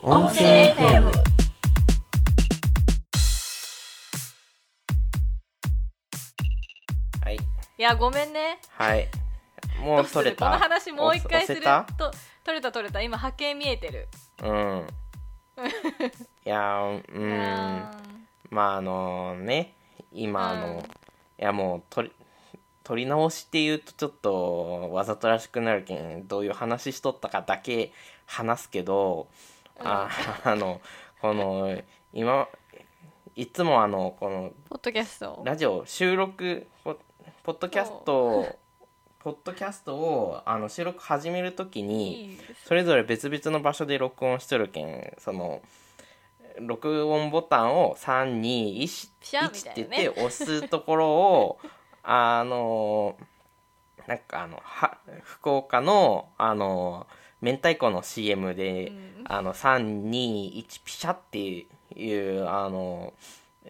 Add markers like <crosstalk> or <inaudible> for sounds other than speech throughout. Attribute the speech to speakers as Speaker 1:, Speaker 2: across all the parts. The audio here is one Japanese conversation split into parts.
Speaker 1: 音声 FM
Speaker 2: はい
Speaker 1: いやごめんね
Speaker 2: はいも
Speaker 1: ど
Speaker 2: う
Speaker 1: うする
Speaker 2: 取れた
Speaker 1: この話もう一回す
Speaker 2: 押せ
Speaker 1: る
Speaker 2: た
Speaker 1: と取れた取れた今波形見えてる <laughs>
Speaker 2: うんいやーうん
Speaker 1: あ
Speaker 2: まああのね今あの、
Speaker 1: うん
Speaker 2: いやもう取り取り直しっていうとちょっとわざとらしくなるけんどういう話しとったかだけ話すけど、
Speaker 1: うん
Speaker 2: ああのこの今いつもあのこの
Speaker 1: ーポッドキャスト
Speaker 2: ラジオ収録ポポッドキャストをポッドキャストをあの収録始めるときに
Speaker 1: いいです
Speaker 2: それぞれ別々の場所で録音しとるけんその録音ボタンを321
Speaker 1: ピシャ
Speaker 2: って
Speaker 1: みた
Speaker 2: 言
Speaker 1: い
Speaker 2: っ
Speaker 1: なね
Speaker 2: て押すところ
Speaker 1: <laughs>
Speaker 2: をあのなんかあのは福岡のあの明太子の CM で、
Speaker 1: うん
Speaker 2: あの321ピシャっていうあの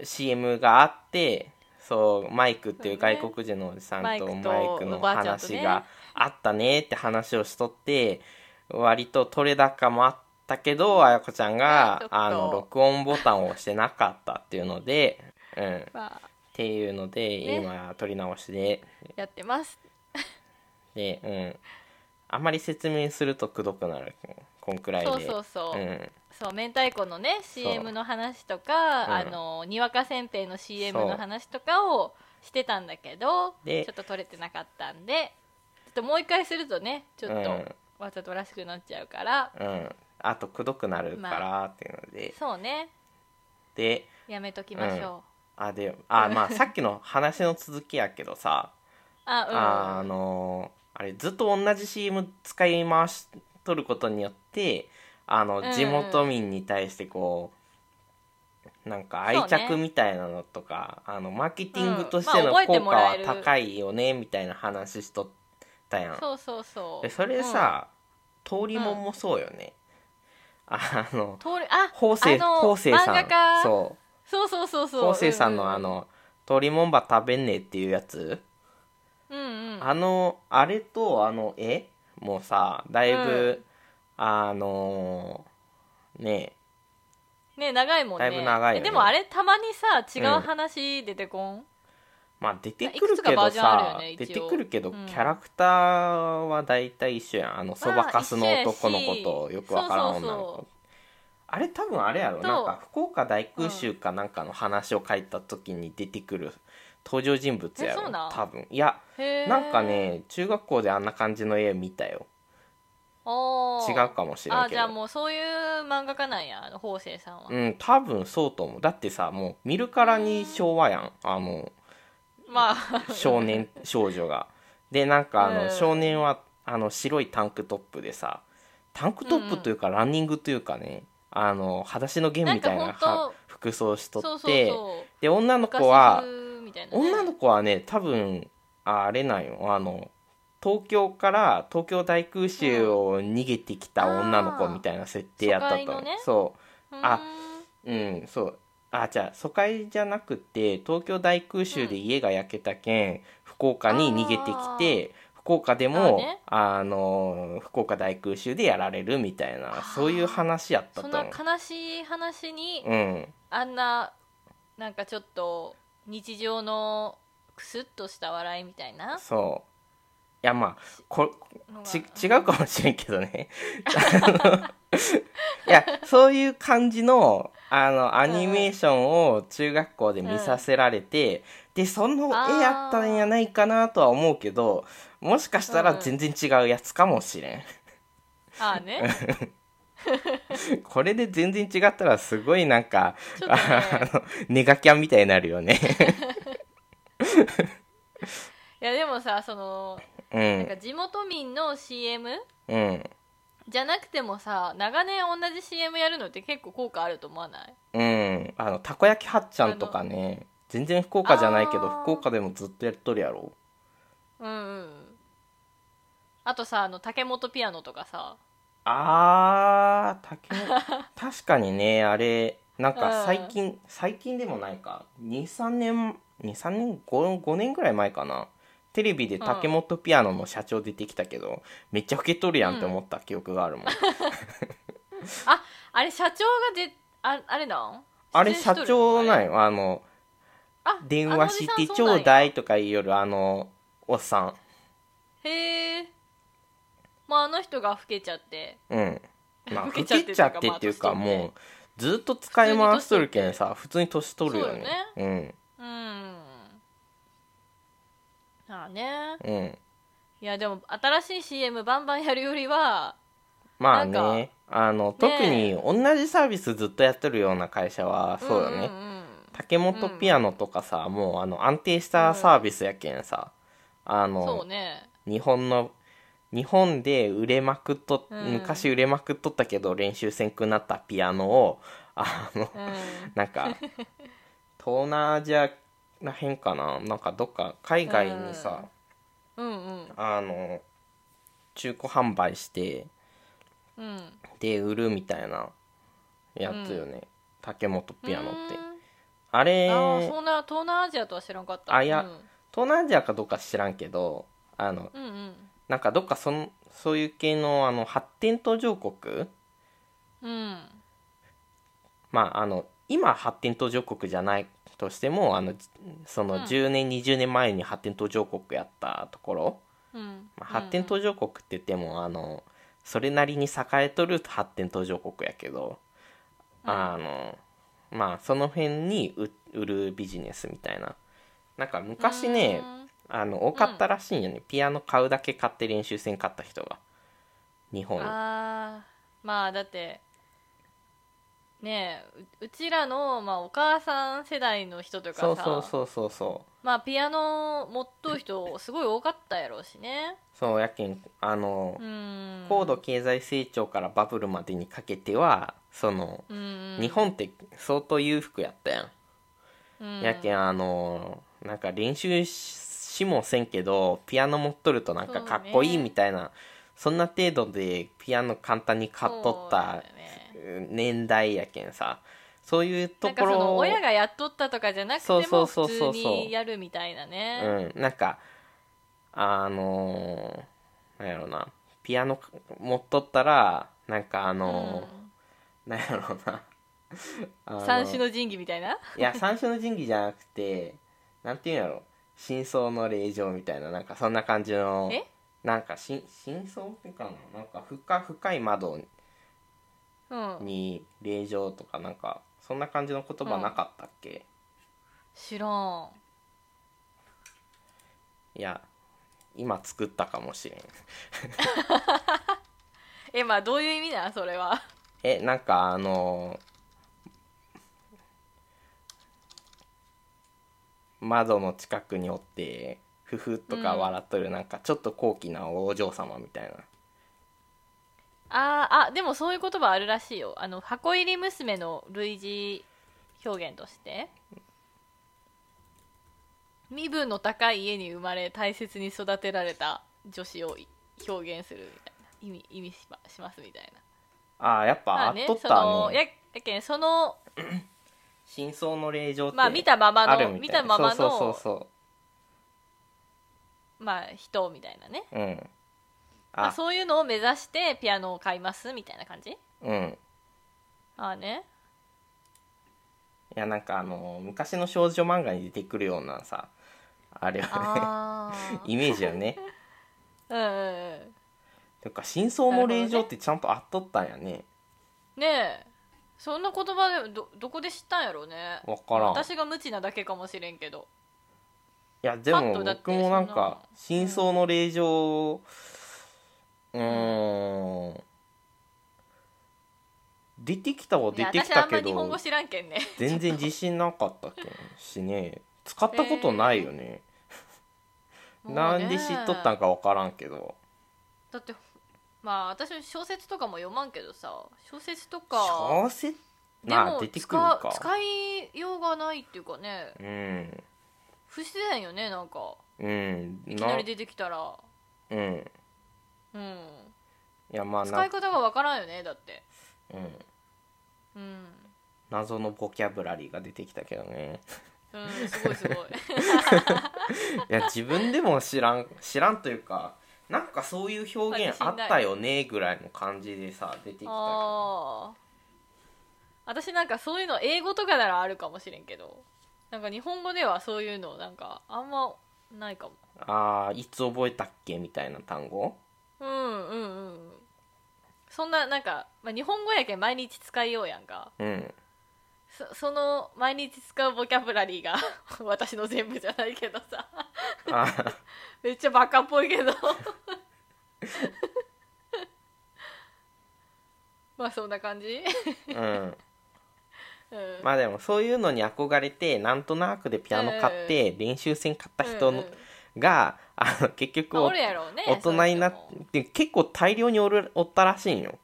Speaker 2: CM があってそうマイクっていう外国人のおじさん
Speaker 1: マイク
Speaker 2: と
Speaker 1: と
Speaker 2: マイクの
Speaker 1: おばあちゃんと
Speaker 2: 話
Speaker 1: ね
Speaker 2: があったねって話をしとって割と取れ高もあったけどあやこちゃん
Speaker 1: ちょ
Speaker 2: が
Speaker 1: っと
Speaker 2: あの録音ボタンを押してなかったっていうので、うん、っ
Speaker 1: まあ
Speaker 2: ていうので
Speaker 1: ね
Speaker 2: 今取り直しで
Speaker 1: やってます
Speaker 2: で、うん、あんまり説明するとくどくなるこんくらいで。
Speaker 1: そうそうそう、
Speaker 2: うん
Speaker 1: そう明太子のね CM の話とか、
Speaker 2: うん
Speaker 1: あのにわかせんべいの CM
Speaker 2: そう
Speaker 1: の話とかをしてたんだけど
Speaker 2: で
Speaker 1: ちょっと取れてなかったんでちょっともう一回するとねちょっ
Speaker 2: う
Speaker 1: と
Speaker 2: ん
Speaker 1: わざとらしくなっちゃうから、
Speaker 2: うん、あとくどくなるからっていうので、
Speaker 1: そうね
Speaker 2: で
Speaker 1: やめときましょ
Speaker 2: あであまあさっきの話の続きやけどさ、
Speaker 1: う、あうん
Speaker 2: あのあれずっと同じ CM 使い回しとることによってあ
Speaker 1: んう
Speaker 2: の
Speaker 1: ん
Speaker 2: 地元民に対してこうなんか愛
Speaker 1: そ
Speaker 2: 着
Speaker 1: うね
Speaker 2: みたいなのとか、あのマーケティングとして
Speaker 1: う
Speaker 2: の
Speaker 1: んまあ覚え
Speaker 2: 効
Speaker 1: て
Speaker 2: 果
Speaker 1: もら
Speaker 2: は
Speaker 1: える
Speaker 2: 高いよねみたいな話しとったやん。
Speaker 1: そうそうそう
Speaker 2: でそれさ、通りもんもそうよね。あの
Speaker 1: うん通りあ
Speaker 2: 法政
Speaker 1: あの
Speaker 2: 法政さ
Speaker 1: 漫画
Speaker 2: ん
Speaker 1: 家
Speaker 2: そう
Speaker 1: そうそうそうそう
Speaker 2: 法政さん
Speaker 1: う
Speaker 2: の
Speaker 1: う
Speaker 2: あの「鳥もんば食べんねえ」っていうやつ
Speaker 1: うんうん
Speaker 2: あのあれとあの絵もさだいぶ、
Speaker 1: うん
Speaker 2: あのーね
Speaker 1: ね長いもんね
Speaker 2: だいぶ長いよね
Speaker 1: でもあれたまにさ違ううん話出てこん、
Speaker 2: まあ出てくるけ
Speaker 1: いくつかバ
Speaker 2: ど
Speaker 1: ージョンある
Speaker 2: さ、
Speaker 1: よね一応
Speaker 2: 出てくるけど、
Speaker 1: うん
Speaker 2: キャラクターは大体一緒やんあのそばかすの男の子
Speaker 1: まあ一緒や
Speaker 2: と
Speaker 1: し
Speaker 2: よくわからん女の子
Speaker 1: そうそうそう
Speaker 2: あれ多分あれやろ
Speaker 1: と
Speaker 2: なんか福岡大空襲かなんかの話を書いた時に出てくる登場人物や
Speaker 1: え
Speaker 2: ろ
Speaker 1: そうなん
Speaker 2: 多分いや
Speaker 1: へー
Speaker 2: なんかね中学校であんな感じの絵見たよ
Speaker 1: おー
Speaker 2: 違うかもしれん
Speaker 1: あ
Speaker 2: け
Speaker 1: じゃあ
Speaker 2: ど
Speaker 1: もうそういう漫画家なんやあの法政さんは、
Speaker 2: うん多分そうと思うだってさもう見るからに昭和やんあの
Speaker 1: まあ
Speaker 2: 少
Speaker 1: <laughs>
Speaker 2: 年少女がでなんかあ
Speaker 1: うん
Speaker 2: の少年はあの白いタンクトップでさタンクトップというかランニングというかねあの裸足のゲンみたいな
Speaker 1: なんかほんと
Speaker 2: は服装しと
Speaker 1: そう
Speaker 2: っ
Speaker 1: そう
Speaker 2: て
Speaker 1: そう
Speaker 2: で女の子は
Speaker 1: 昔風みたいなね、
Speaker 2: 女の子はね多分ああれなんよあの東京から東京大空襲を逃げてきた女の子みたいな設定やったと思う、
Speaker 1: あー都会のね
Speaker 2: そうあ
Speaker 1: ーん
Speaker 2: ううんそうあじゃあ疎開じゃなくて東京大空襲で家が焼けたけん、福岡に逃げてきて福岡で
Speaker 1: あー
Speaker 2: もあ、
Speaker 1: ね
Speaker 2: の福岡大空襲でやられるみたい
Speaker 1: あ
Speaker 2: な
Speaker 1: ー
Speaker 2: そういう話やった
Speaker 1: そ
Speaker 2: と
Speaker 1: ん
Speaker 2: 思
Speaker 1: な
Speaker 2: う
Speaker 1: 悲しい話に、
Speaker 2: うん
Speaker 1: あんななんかちょっと日常のクスッとした笑いみたいな
Speaker 2: そういやまあこ
Speaker 1: のが
Speaker 2: ち違うかもしれんけどねあのいやそういう感じのあのアニメーションを中学校で見させられて、でその絵やったんやないかなとは思うけどもしかしたら全然違うやつかもしれん、
Speaker 1: ああね
Speaker 2: これで全然違ったらすごいなんか
Speaker 1: <laughs> ちょっと
Speaker 2: あ
Speaker 1: ね
Speaker 2: のネガキャンみたいになるよ
Speaker 1: <laughs>
Speaker 2: ね
Speaker 1: いやでもさその
Speaker 2: う
Speaker 1: なん
Speaker 2: ん
Speaker 1: か地元民の CM
Speaker 2: うん
Speaker 1: じゃなくてもさ長年同じ CM やるのって結構効果あると思わない
Speaker 2: うんあのたこ焼きはっちゃんとかね全然福岡じゃないけど
Speaker 1: あー
Speaker 2: 福岡でもずっとやっとるやろ
Speaker 1: うんうんあとさあの竹本ピアノとかさ
Speaker 2: あー竹
Speaker 1: <laughs>
Speaker 2: の確かにねあれなん
Speaker 1: う
Speaker 2: か
Speaker 1: ん
Speaker 2: 最近、最近でもないか23年23年 5, 5年ぐらい前かなテレビで竹本ピアノの社長
Speaker 1: <laughs>
Speaker 2: 出てきたけど、めっちゃ老けとるやんって思った記憶があるもん、
Speaker 1: ああれ社長がでああれなん
Speaker 2: あれ社長なん
Speaker 1: よ
Speaker 2: よあの
Speaker 1: あ
Speaker 2: 電話してちょう
Speaker 1: い
Speaker 2: だいとか言うよるあのおっさん
Speaker 1: へえまああの人が老けちゃって
Speaker 2: うんまあ
Speaker 1: 老け
Speaker 2: 老
Speaker 1: ちゃっ
Speaker 2: け
Speaker 1: て
Speaker 2: ちゃってっていうか
Speaker 1: まあ年取って
Speaker 2: もうずっと使い回しとるけんさ普通に年取るよね
Speaker 1: うんまあね
Speaker 2: うんうん
Speaker 1: いやでも新しい CM バンバンやるよりは
Speaker 2: まあ
Speaker 1: なん
Speaker 2: ねあの特に同じサービスずっとやってるような会社はそうだね、
Speaker 1: んんうん
Speaker 2: 竹本ピアノとかさ、もうあの安定したサービスやけんさ、あ
Speaker 1: そ
Speaker 2: の
Speaker 1: うね
Speaker 2: 日本の日本で売れまくっと、
Speaker 1: うん
Speaker 2: 昔売れまくっとったけど練習せんくなったピアノをあの、
Speaker 1: うん
Speaker 2: なんか東南アジアらへんかななんかどっか海外にさ、
Speaker 1: うんうん
Speaker 2: あの中古販売して
Speaker 1: うん
Speaker 2: で売るみたいなやつよね、竹本ピアノって
Speaker 1: うん
Speaker 2: あれ
Speaker 1: ああそんな東南アジアとは知らんかった
Speaker 2: あいや
Speaker 1: うん
Speaker 2: 東南アジアかどうか知らんけどあの
Speaker 1: うんうん
Speaker 2: なんかどっかそのそういう系のあの発展途上国
Speaker 1: うん
Speaker 2: まああの今発展途上国じゃないとしてもあのじその
Speaker 1: うん
Speaker 2: 10年、20年前に発展途上国やったところ、
Speaker 1: うん
Speaker 2: まあ、発展途上国って言っても、あのそれなりに栄えとる発展途上国やけど、
Speaker 1: うん
Speaker 2: あのまあその辺に売売るビジネスみたいななんか昔ね、あの多かったらしいんよね、ピアノ買うだけ買って練習せんかった人が日
Speaker 1: う
Speaker 2: 本
Speaker 1: ん
Speaker 2: に
Speaker 1: あーまあだってねえううちらの、まあ、お母さん世代の人とかさ
Speaker 2: そうそうそうそうそう
Speaker 1: まあピアノ持っとう人すごい多かったやろうしね
Speaker 2: そうやけんあの、
Speaker 1: うん
Speaker 2: 高度経済成長からバブルまでにかけてはその、
Speaker 1: うん
Speaker 2: 日本って相当裕福やったやん、
Speaker 1: うん
Speaker 2: やけんあのなんか練習ししもせんけどピアノ持っとるとなんかかっこいい
Speaker 1: そうね
Speaker 2: みたいなそ,、んな程度でピアノ簡単に買っとっ
Speaker 1: そう
Speaker 2: た
Speaker 1: だよね
Speaker 2: 年代やけんさそういうと
Speaker 1: なん
Speaker 2: こ
Speaker 1: かそ
Speaker 2: ろ
Speaker 1: の
Speaker 2: を
Speaker 1: 親がやっとったとかじゃなくて
Speaker 2: そ
Speaker 1: も
Speaker 2: うそう
Speaker 1: 普
Speaker 2: そうそ
Speaker 1: 通
Speaker 2: う
Speaker 1: にやるみたいなね
Speaker 2: うん、なんかあのー、なんやろなピアノ持っとったらなんかあのーなんやろなあの
Speaker 1: うん三種の神器みたいない
Speaker 2: や三種の神器じゃなくてなんていうんやろ真相の霊場みたいななんかそんな感じの
Speaker 1: え
Speaker 2: なんかし真相っていうかななんか深深い窓
Speaker 1: うん
Speaker 2: に霊場とかなんかそんな感じの言葉なかったっけ、
Speaker 1: 知らん
Speaker 2: いや今作ったかもしれん
Speaker 1: えまあどういう意味なんそれは
Speaker 2: えなんかあの窓の近くにおってふふっとか笑っとる、なんかちょっと高貴なお嬢様みたい
Speaker 1: あーあでもそういう言葉あるらしいよあの箱入り娘の類似表現として身分の高い家に生まれ大切に育てられた女子を表現するみたいな意味意味しましますみたいな
Speaker 2: なあーやっぱあっとっ
Speaker 1: そ
Speaker 2: たね,、
Speaker 1: のややけんその
Speaker 2: 真相の令状って
Speaker 1: まあ見たまま
Speaker 2: あ
Speaker 1: の
Speaker 2: るみたいな
Speaker 1: 見たままの
Speaker 2: そうそうそ
Speaker 1: まあ人みたいなね
Speaker 2: うそううん
Speaker 1: まあ、
Speaker 2: あ
Speaker 1: そういうのを目指してピアノを買いますみたいな感じ
Speaker 2: うん
Speaker 1: あ
Speaker 2: <laughs>
Speaker 1: あね
Speaker 2: いやなんかあの昔の少女漫画に出てくるようなさあれは
Speaker 1: あ
Speaker 2: ね
Speaker 1: あ
Speaker 2: <laughs> イメージよね
Speaker 1: うんうんうん
Speaker 2: てか真相の令
Speaker 1: なるほど
Speaker 2: 状
Speaker 1: ね
Speaker 2: ってちゃんとあっとったんやね
Speaker 1: ねえそんな言葉でどどこで知ったんやろうね
Speaker 2: わからん
Speaker 1: 私が無知なだけかもしれんけど
Speaker 2: いやで
Speaker 1: パッ
Speaker 2: も
Speaker 1: とだって
Speaker 2: 僕もなん
Speaker 1: そんな
Speaker 2: か真相の令状うーん出てきたはい出
Speaker 1: や
Speaker 2: てき
Speaker 1: 私あ
Speaker 2: た
Speaker 1: んま
Speaker 2: け
Speaker 1: 日本
Speaker 2: ど
Speaker 1: 語知らん
Speaker 2: <laughs>
Speaker 1: けんね
Speaker 2: 全然自信なかったけんしね使ったことないよねなんで知っとったん
Speaker 1: か
Speaker 2: か分からんけど
Speaker 1: だってまあ私小説とかも読まんけどさ小説とか
Speaker 2: 小説
Speaker 1: で
Speaker 2: まあ
Speaker 1: も
Speaker 2: 出て
Speaker 1: 使,、
Speaker 2: くるか
Speaker 1: 使いようがないっていうかね
Speaker 2: うん
Speaker 1: 不自然よねなんか
Speaker 2: うん
Speaker 1: いきなり出てきたら
Speaker 2: うん
Speaker 1: うん
Speaker 2: いやまあ
Speaker 1: 使、
Speaker 2: ない
Speaker 1: 方がわからんよねだって
Speaker 2: うん、
Speaker 1: うん、
Speaker 2: 謎のボキャブラリーが出てきたけどね
Speaker 1: うん、すごいすごい
Speaker 2: いや自分でも知らん知らんというかなんかそういう表現あったよねぐらいの感じでさ出てきたけど
Speaker 1: ああ私なんかそういうの英語とかならあるかもしれんけどなんか日本語ではそういうのなんかあんまないかも
Speaker 2: あーいつ覚えたっけみたいな単語
Speaker 1: うんうんうんうんそんななんか、まあ、日本語やけん毎日使いようやんか
Speaker 2: うん
Speaker 1: そその毎日使うボキャブラリーが <laughs> 私の全部じゃないけどさ
Speaker 2: あー
Speaker 1: めっちゃバカっぽい <laughs> けどまあそんな感じ、
Speaker 2: うん
Speaker 1: うん、
Speaker 2: まあでもそういうのに憧れてなんとなくでピアノ買って練習線買った人の
Speaker 1: うんうん
Speaker 2: があの結局
Speaker 1: まあ
Speaker 2: お
Speaker 1: おるやろうね
Speaker 2: 大人になっ
Speaker 1: そういう人も
Speaker 2: て結構大量におるおったらしいんよ。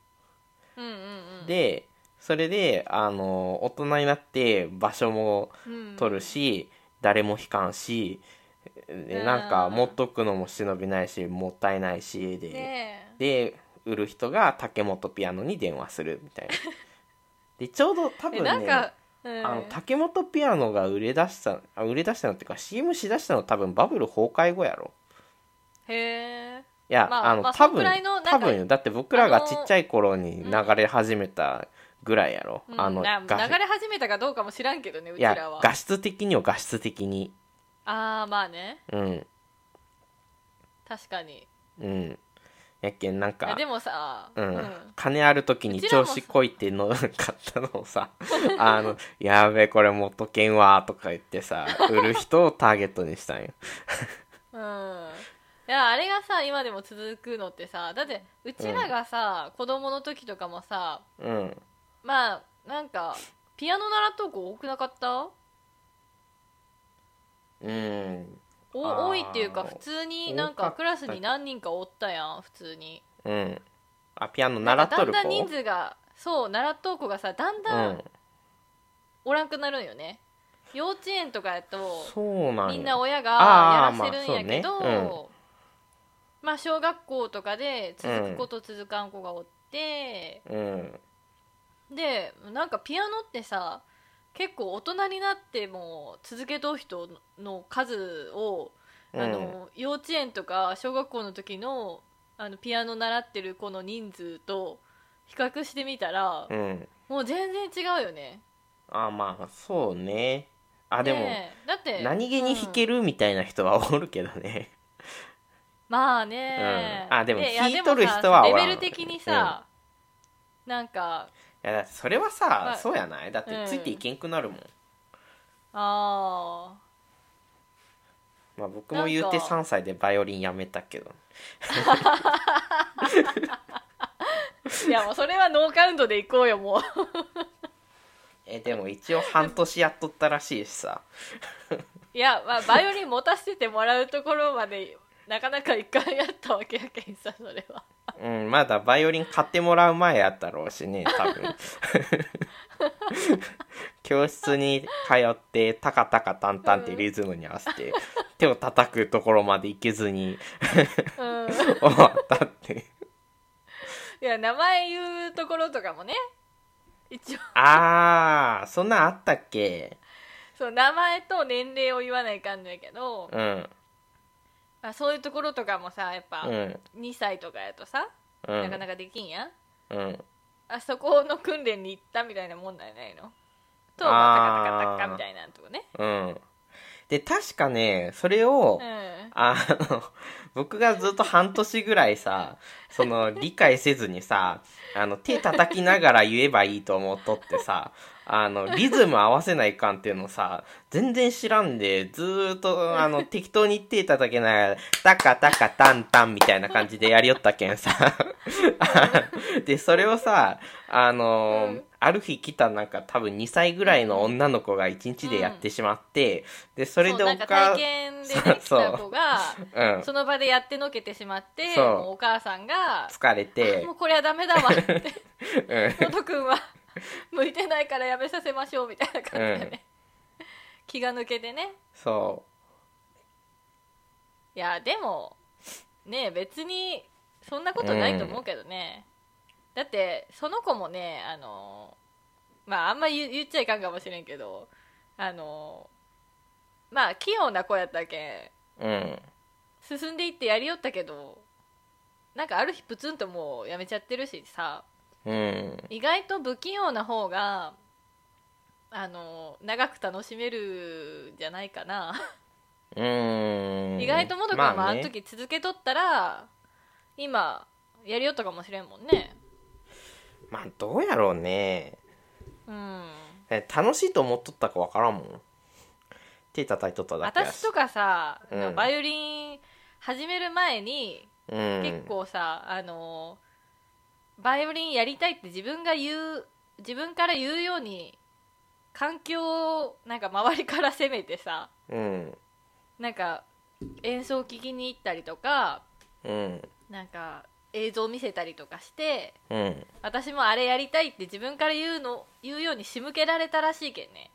Speaker 1: うんうんうん
Speaker 2: でそれであの大人になって場所も
Speaker 1: うん
Speaker 2: 取るし、誰も引かんし、で
Speaker 1: うん
Speaker 2: なんか持っとくのも忍びないしもったいないしで、
Speaker 1: ねえ
Speaker 2: で売る人が竹本ピアノに電話するみたいな。でちょうど多
Speaker 1: <laughs> え
Speaker 2: 分
Speaker 1: なん
Speaker 2: ね
Speaker 1: か、うん、
Speaker 2: あの竹本ピアノが売れ出したあ売れ出したのっていうか CM しだしたの多分バブル崩壊後やろ
Speaker 1: へえ
Speaker 2: いや、
Speaker 1: まあ
Speaker 2: あの、
Speaker 1: まあ
Speaker 2: 多
Speaker 1: そんく
Speaker 2: 分
Speaker 1: らいのなんか
Speaker 2: 多分よだって僕らがちっちゃい頃に流れ始めたぐらいやろ、
Speaker 1: うん
Speaker 2: あの
Speaker 1: な流
Speaker 2: 画
Speaker 1: れ始めたかどうかも知らんけどねう
Speaker 2: い
Speaker 1: ちら
Speaker 2: や
Speaker 1: は
Speaker 2: 画質的には画質的に
Speaker 1: ああまあね
Speaker 2: うん
Speaker 1: 確かにい
Speaker 2: うんやっけんなん
Speaker 1: や
Speaker 2: か
Speaker 1: でもさ、
Speaker 2: うん
Speaker 1: うん
Speaker 2: 金ある時に
Speaker 1: うち
Speaker 2: 調
Speaker 1: らも
Speaker 2: 子こいての買ったのをさ「あのやべえこれ持っとけんわ」とか言ってさ売る人をターゲットにしたんよ。
Speaker 1: うんいやあれがさ今でも続くのってさだってうちらがさ、子供の時とかもさ
Speaker 2: うん、
Speaker 1: まあなんかピアノ習っとこ多くなかった
Speaker 2: うんあー
Speaker 1: お多いっていうか普通になん
Speaker 2: 多か
Speaker 1: か
Speaker 2: った
Speaker 1: クラスに何人かおったやん普通に
Speaker 2: うん、あピアノ習っとる子
Speaker 1: なんかだんだん人数がそう習っとう子がさだんだ
Speaker 2: うん
Speaker 1: んおらんくなるんよね、幼稚園とかやと
Speaker 2: そうなんよ
Speaker 1: みんな親が
Speaker 2: あ
Speaker 1: や
Speaker 2: ー
Speaker 1: らせるんやけ
Speaker 2: ま
Speaker 1: ど、
Speaker 2: あ
Speaker 1: ま
Speaker 2: そう
Speaker 1: あ
Speaker 2: ね
Speaker 1: 小学校とかで続くこと続かん子がおって、
Speaker 2: うん
Speaker 1: でなんかピアノってさ結構大人になっても続けとう人の数を、あの幼稚園とか小学校の時のあのピアノ習ってる子の人数と比較してみたら、
Speaker 2: うんうん、
Speaker 1: もう全然違うよね。
Speaker 2: あまあそうねあでも、
Speaker 1: ねえだって
Speaker 2: 何気に弾
Speaker 1: うん
Speaker 2: けるみたいな人はおるけどね
Speaker 1: まあね、
Speaker 2: うんあでも
Speaker 1: いや
Speaker 2: 弾いとる人は
Speaker 1: で
Speaker 2: お
Speaker 1: も
Speaker 2: ら
Speaker 1: さ
Speaker 2: ん
Speaker 1: レベル的にさ、なんか
Speaker 2: いやだってそれはさ、
Speaker 1: まあ
Speaker 2: そうやないだって
Speaker 1: うん
Speaker 2: ついていけんくなるもん、
Speaker 1: あ
Speaker 2: まあ僕も言うて
Speaker 1: なんか
Speaker 2: 3歳でバイオリンやめたけど
Speaker 1: ーいやもうそれはノーカウントでいこうよもう <laughs>
Speaker 2: えでも一応半年やっとったらしいしさ
Speaker 1: いや、まあ、バイオリン持たせてもらうところまでなかなか一回やったわけやけんさそれは
Speaker 2: うんまだバイオリン買ってもらう前やったろうし
Speaker 1: <laughs>
Speaker 2: ね多分 <laughs> 教室に通ってタカタカタンタンってリズムに合わせ
Speaker 1: <laughs>
Speaker 2: て、手を叩くところまで行けずに
Speaker 1: うん
Speaker 2: 終わったって
Speaker 1: いや名前言うところとかもね一応
Speaker 2: あーそんなんあったっけ
Speaker 1: そう名前と年齢を言わないかんのやけど、
Speaker 2: うん
Speaker 1: まあ、そういうところとかもさやっぱ
Speaker 2: う、ん
Speaker 1: 2歳とかやとさ
Speaker 2: う
Speaker 1: なか
Speaker 2: ん
Speaker 1: なかできんやん
Speaker 2: うん
Speaker 1: あそこの訓練に行ったみたいなもんなんやないのとまあタ
Speaker 2: あー
Speaker 1: カタカタカみたいなとこね
Speaker 2: うんで確かねそれを、
Speaker 1: うん
Speaker 2: あの僕がずっと半年ぐらいさその理解せずにさあの手叩きながら言えばいいと思っとってさあのリズム合わせないかんっていうのさ全然知らんでずーっとあの適当に手叩きながら「タカタカタンタン」みたいな感じでやりよったけんさ <laughs> でそれをさあの、
Speaker 1: うん
Speaker 2: ある日来たなんか多分2歳ぐらいの女の子が1日でやってしまって、でそれで
Speaker 1: そうな
Speaker 2: お
Speaker 1: んか
Speaker 2: 母
Speaker 1: 体験で
Speaker 2: <laughs>
Speaker 1: できた子が
Speaker 2: うん
Speaker 1: その場でやってのけてしまって
Speaker 2: そう
Speaker 1: もうお母さんが
Speaker 2: 疲れ
Speaker 1: 「
Speaker 2: て
Speaker 1: もう、これはダメだわ」っ
Speaker 2: <laughs> う
Speaker 1: て
Speaker 2: ん
Speaker 1: 「のどくんは向いてないからやめさせましょう」みたいな感じでね、気が抜けてね
Speaker 2: そ
Speaker 1: いやでもねえ別にそんなことないと思うけどね、だってその子もねあのまああんま言言っちゃいかんかもしれんけどあのまあ器用な子やったけ
Speaker 2: う、うん、
Speaker 1: ん進んでいってやりよったけどなんかある日プツンともうやめちゃってるしさ
Speaker 2: うん、
Speaker 1: 意外と不器用な方があの長く楽しめるんじゃないかな、
Speaker 2: うーん
Speaker 1: 意外ともどくん
Speaker 2: ま
Speaker 1: は
Speaker 2: あ
Speaker 1: あ
Speaker 2: ね
Speaker 1: の時続けとったら今やりよったかもしれんもんね
Speaker 2: まあどうやろうね
Speaker 1: うん
Speaker 2: え楽しいと思っとったかわからんもん手叩いとっただけや
Speaker 1: 私
Speaker 2: し
Speaker 1: とかさ、
Speaker 2: うん
Speaker 1: バイオリン始める前に
Speaker 2: うん、
Speaker 1: 結構さ、あのバイオリンやりたいって自分が言う自分から言うように環境をなんか周りから責めてさ
Speaker 2: うん
Speaker 1: なんか演奏聴きに行ったりとか
Speaker 2: うん
Speaker 1: なんか映像見せたりとかして
Speaker 2: うん
Speaker 1: 私もあれやりたいって自分から言うの言うように仕向けられたらしいけんね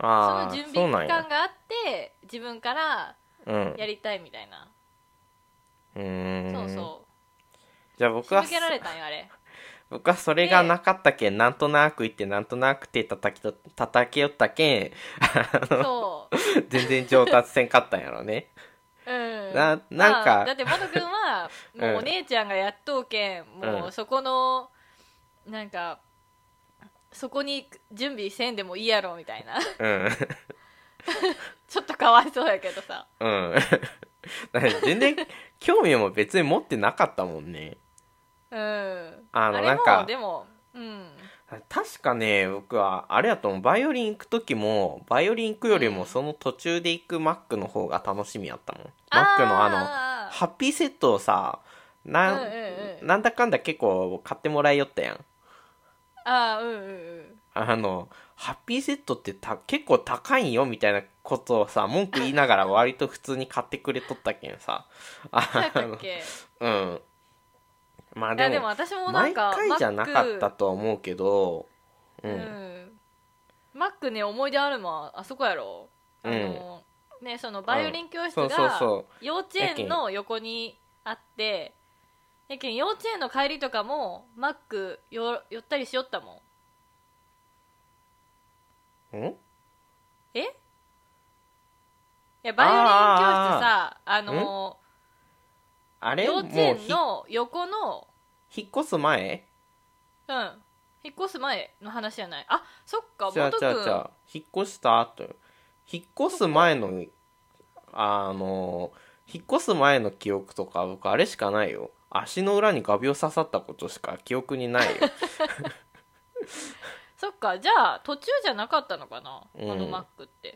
Speaker 1: そ
Speaker 2: あ
Speaker 1: の
Speaker 2: あ
Speaker 1: 準
Speaker 2: そうな
Speaker 1: 備
Speaker 2: ん
Speaker 1: 期間
Speaker 2: や
Speaker 1: があって自分から
Speaker 2: うん
Speaker 1: やりたいみたいな、
Speaker 2: うーん
Speaker 1: そうそう
Speaker 2: じゃあ僕
Speaker 1: 仕
Speaker 2: は
Speaker 1: 向けられたんよあれ
Speaker 2: 僕はそれがなかったけん、なんとなく言ってなんとなく手叩きと叩けよったけん
Speaker 1: そう
Speaker 2: 全然上達せんかったんやろね
Speaker 1: うん
Speaker 2: ななんか
Speaker 1: まあだってモノ君はもう
Speaker 2: <laughs> うん
Speaker 1: お姉ちゃんがやっとうけん、もうんうそこのなんかそこに準備せんでもいいやろみたいな <laughs>
Speaker 2: うん
Speaker 1: ちょっとかわいそうやけどさ
Speaker 2: うん <laughs> だから全然興味も別に持ってなかったもんね
Speaker 1: うん
Speaker 2: あの
Speaker 1: れも
Speaker 2: なんか
Speaker 1: でもうん
Speaker 2: 確かね僕はあれやと思うバイオリン行く時もバイオリン行くより
Speaker 1: う
Speaker 2: も
Speaker 1: ん
Speaker 2: その途中で行くマックの方が楽しみやったもん、
Speaker 1: あー
Speaker 2: マックのあの
Speaker 1: あー
Speaker 2: ハッピーセットをさな,、
Speaker 1: うんうんうん
Speaker 2: なんだかんだ結構買ってもらいよったやん
Speaker 1: あーうんうんうん
Speaker 2: あのハッピーセットってた結構高いんよみたいなことをさ文句言いながら割と普通に買ってくれとったけん
Speaker 1: <laughs>
Speaker 2: さ
Speaker 1: そうや
Speaker 2: <laughs> あ
Speaker 1: ったっ
Speaker 2: の
Speaker 1: け
Speaker 2: うんまあ
Speaker 1: いや
Speaker 2: で
Speaker 1: でも
Speaker 2: も
Speaker 1: 私もな
Speaker 2: 毎
Speaker 1: んか
Speaker 2: 回じゃなかったとは思うけどう
Speaker 1: マック、うんん、マックね思い出あるもんあそこやろあの、ねそのバイオリン教室
Speaker 2: そうそう
Speaker 1: が
Speaker 2: そう
Speaker 1: 幼稚園の横にあってやけん幼稚園の帰りとかもマックよ寄ったりしよったもん
Speaker 2: ん
Speaker 1: えいやバイオリン教室さあの
Speaker 2: あれ
Speaker 1: 幼
Speaker 2: もう
Speaker 1: 稚園
Speaker 2: ひ
Speaker 1: の横の
Speaker 2: 引っ越す前
Speaker 1: うん引っ越す前の話じゃないあそっか
Speaker 2: じゃ
Speaker 1: 元
Speaker 2: あ
Speaker 1: く
Speaker 2: じゃあじゃあ引っ越した後よ引っ越す前のあの引っ越す前の記憶とか僕あれしかないよ足の裏に画鋲刺さったことしか記憶に
Speaker 1: <laughs>
Speaker 2: ないよ
Speaker 1: そっかじゃあ途中じゃなかったのかな、
Speaker 2: うん
Speaker 1: あのマックって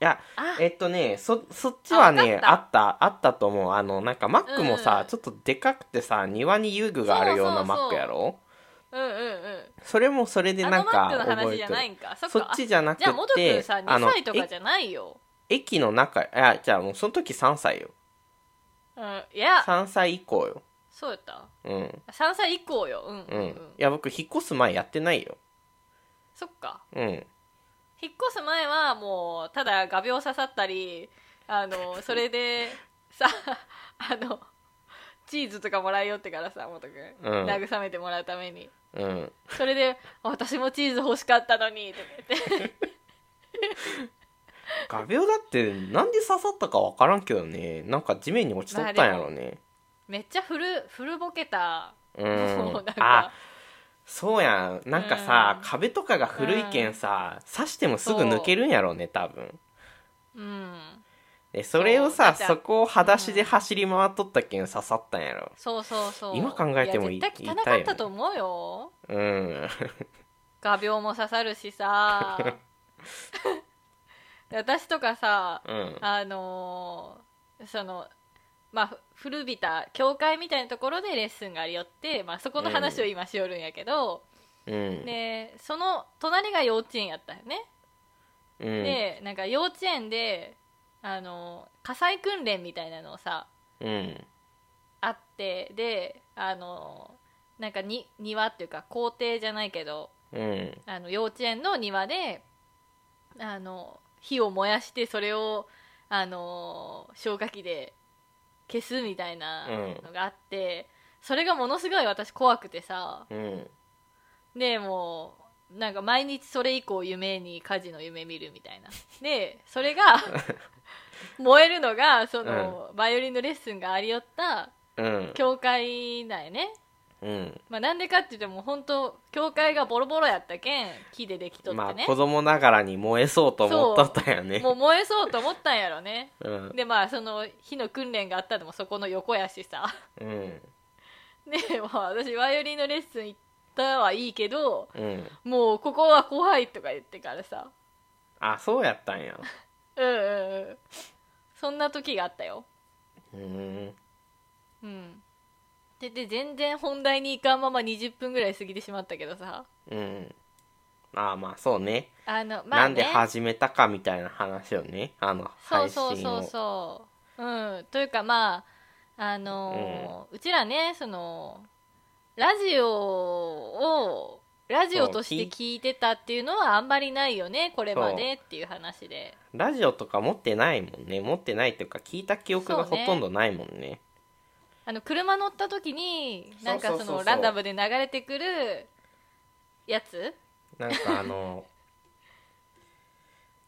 Speaker 2: いや
Speaker 1: あ
Speaker 2: えっとねそそっちはねあ
Speaker 1: あ
Speaker 2: ったあったと思うあのなんかマックもさ、
Speaker 1: うん
Speaker 2: ちょっとでかくてさ庭に遊具があるよう
Speaker 1: そ
Speaker 2: な
Speaker 1: うそうそ
Speaker 2: マッ
Speaker 1: う
Speaker 2: クやろ
Speaker 1: うんうんうん
Speaker 2: それもそれで
Speaker 1: あ
Speaker 2: な
Speaker 1: の
Speaker 2: ん
Speaker 1: マ
Speaker 2: か
Speaker 1: ックの
Speaker 2: 覚
Speaker 1: 話
Speaker 2: え
Speaker 1: じ
Speaker 2: て
Speaker 1: ゃ
Speaker 2: る
Speaker 1: ないんかそっ
Speaker 2: そ
Speaker 1: か
Speaker 2: っちじゃなく
Speaker 1: じゃあ元く
Speaker 2: て
Speaker 1: んさ2
Speaker 2: あの
Speaker 1: 歳とかじゃないよ、
Speaker 2: 駅の中いやじゃあもうその時3歳よ
Speaker 1: うん、いや
Speaker 2: 3歳以降よ
Speaker 1: そうやった
Speaker 2: うん
Speaker 1: 3歳以降ようんう、
Speaker 2: うんん、
Speaker 1: うん
Speaker 2: いや僕引っ越す前やってないよ
Speaker 1: そっか
Speaker 2: うん
Speaker 1: 引っ越す前はもうただ画鋲刺さったりあのそれ
Speaker 2: <laughs>
Speaker 1: でさあのチーズとかもらいよってからさ元くん、
Speaker 2: うん
Speaker 1: 慰めてもらうために
Speaker 2: うん
Speaker 1: それで「私もチーズ欲しかったのに」とか言って
Speaker 2: 画鋲だってなんで刺さったか分からんけどねなんか地面に落ちとったんやろね、
Speaker 1: めっちゃ古古ぼけた
Speaker 2: うん
Speaker 1: もうなん
Speaker 2: あ
Speaker 1: か
Speaker 2: そうやんなんかさ、
Speaker 1: うん
Speaker 2: 壁とかが古いけんさ、刺してもすぐ抜けるんやろね多分
Speaker 1: うん
Speaker 2: でそれをさ
Speaker 1: そうだって
Speaker 2: そこを裸足で走り回っとったけん刺さったんやろ
Speaker 1: そうそうそう
Speaker 2: 今考えてもい
Speaker 1: いや絶対
Speaker 2: 痛
Speaker 1: 汚
Speaker 2: い
Speaker 1: か
Speaker 2: よ
Speaker 1: っ
Speaker 2: ね
Speaker 1: たと思うよ
Speaker 2: うん
Speaker 1: 画鋲も刺さる
Speaker 2: <laughs>
Speaker 1: しさで私とかさ
Speaker 2: うん
Speaker 1: あのーそのまあふ古びた教会みたいなところでレッスンがありよって、まあ、そこの話を今しよるんやけど、
Speaker 2: うん、
Speaker 1: でその隣が幼稚園やったよね、
Speaker 2: うん、
Speaker 1: でなんか幼稚園で、あのー火災訓練みたいなのをさ
Speaker 2: うん
Speaker 1: あってで、あのーなんかに庭っていうか校庭じゃないけど
Speaker 2: うん
Speaker 1: あの幼稚園の庭であの火を燃やしてそれをあの消火器で消すみたいな
Speaker 2: うん
Speaker 1: のがあって、それがものすごい私怖くてさ
Speaker 2: うん
Speaker 1: でもうなんか毎日それ以降夢に火事の夢見るみたいなで
Speaker 2: <laughs>
Speaker 1: それが燃えるのがその、バイオリンのレッスンがありよった
Speaker 2: うん
Speaker 1: 教会なんやね
Speaker 2: うん
Speaker 1: まあ、なんでかって言っても本当教会がボロボロやったけん木でできとってね、
Speaker 2: まあ子供ながらに燃えそうと思っとったよね
Speaker 1: もう燃えそうと思ったんやろね
Speaker 2: うん
Speaker 1: でまあその火の訓練があったのもそこの横やしさ <laughs>
Speaker 2: うん
Speaker 1: で、まあ、私バイオリンのレッスン行ったはいいけど
Speaker 2: うん
Speaker 1: もうここは怖いとか言ってからさ
Speaker 2: あそうやったんや
Speaker 1: うんうんうんそんな時があったよ
Speaker 2: うん
Speaker 1: うんでで全然本題に行かんまま20分ぐらい過ぎてしまったけどさ
Speaker 2: うんああまあそうね
Speaker 1: あのま
Speaker 2: な
Speaker 1: あ、ね、
Speaker 2: んで始めたかみたいな話をねあの
Speaker 1: そう
Speaker 2: 配信を
Speaker 1: そうそうそう。うん、というかまああのーうちらねそのラジオをラジオとして聞いてたっていうのはあんまりないよねこれまでっていう話で
Speaker 2: ラジオとか持ってないもんね持ってないというか聞いた記憶が
Speaker 1: そう
Speaker 2: ほ
Speaker 1: ね
Speaker 2: とんどないもんね
Speaker 1: あの車乗った時になんか
Speaker 2: そう
Speaker 1: そ
Speaker 2: そうそうそう
Speaker 1: のランダムで流れてくるやつ
Speaker 2: なんかあの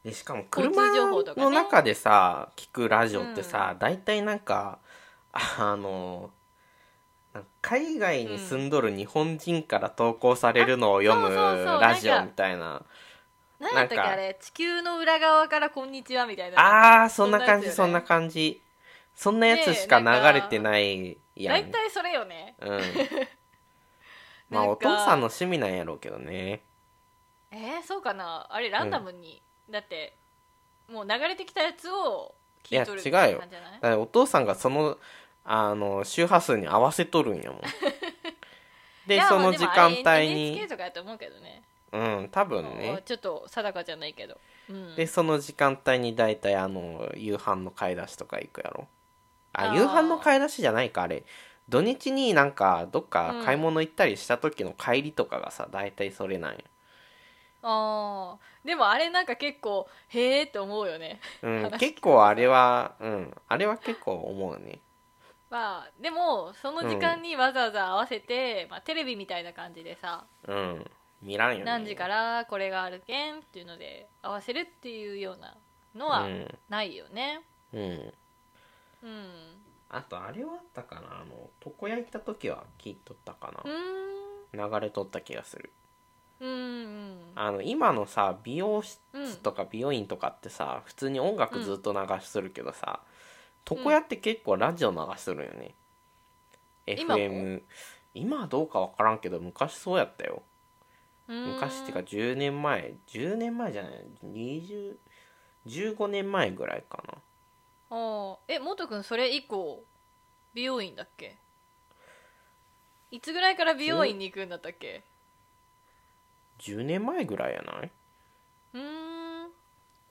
Speaker 2: でしかも
Speaker 1: 交通
Speaker 2: 車
Speaker 1: 情報とかね
Speaker 2: の中でさ、聞くラジオってさ、大体なんかあのなんか海外に住んどる日本人から投稿されるのを読む
Speaker 1: あそうそうそう
Speaker 2: ラジ
Speaker 1: なん
Speaker 2: オ
Speaker 1: か
Speaker 2: みたいな
Speaker 1: 何やったっけ
Speaker 2: なんか
Speaker 1: あれ地球の裏側から「こんにちは」みたいな
Speaker 2: あーそんな感じ
Speaker 1: そ
Speaker 2: そ
Speaker 1: ん
Speaker 2: ん
Speaker 1: な
Speaker 2: な
Speaker 1: やつ
Speaker 2: 感じそんなやつしか流れてないやん
Speaker 1: 大体それよね
Speaker 2: <laughs> うん、まあ
Speaker 1: なん
Speaker 2: お
Speaker 1: か
Speaker 2: 父さんの趣味なんやろうけどね
Speaker 1: えー、そうかなあれランダムに、だってもう流れてきたやつを聞いとる
Speaker 2: いや違うよ
Speaker 1: みたいな感じじゃな
Speaker 2: だ
Speaker 1: い
Speaker 2: からお父さんがそのあの周波数に合わせとるんや
Speaker 1: <laughs>
Speaker 2: もん
Speaker 1: い
Speaker 2: で
Speaker 1: や
Speaker 2: そ
Speaker 1: まあ
Speaker 2: の
Speaker 1: で
Speaker 2: 時
Speaker 1: も
Speaker 2: 間
Speaker 1: あ
Speaker 2: 帯
Speaker 1: れ NHK
Speaker 2: に
Speaker 1: とかやと思うけどね
Speaker 2: うん多分
Speaker 1: もう
Speaker 2: ね
Speaker 1: ちょっと定かじゃないけど、うん、
Speaker 2: でその時間帯に大体あの夕飯の買い出しとか行くやろあ
Speaker 1: あー
Speaker 2: 夕飯の買い出しじゃないかあれ土日になんかどっか買い物行ったりした時の帰りとかがさ大体それなんや
Speaker 1: あーでもあれなんか結構へえって思うよね
Speaker 2: うん
Speaker 1: 話
Speaker 2: 結構あれはうんあれは結構思うね
Speaker 1: まあでもその時間にわざわざ合わせて、まあ、テレビみたいな感じでさ
Speaker 2: うん見らんよね
Speaker 1: 何時からこれがあるけんっていうので合わせるっていうようなのは
Speaker 2: うん
Speaker 1: ないよね
Speaker 2: うん
Speaker 1: うん
Speaker 2: あとあれはあったかなあの床屋行った時は聞いとったか
Speaker 1: うーん
Speaker 2: な流れとった気がする
Speaker 1: うんうん
Speaker 2: あの今のさ美容室とか美容院とかってさ、普通に音楽ずっと流しとるけどさ、床屋って結構ラジオ流しとるよね、
Speaker 1: 今も
Speaker 2: FM 今はどうか分からんけど昔そうやったよ昔っていうか10年前10年前じゃない2015年前ぐらいかな
Speaker 1: ああえもとくんそれ以降美容院だっけいつぐらいから美容院に行くんだったっけ
Speaker 2: 10年前ぐらいやないう
Speaker 1: ーん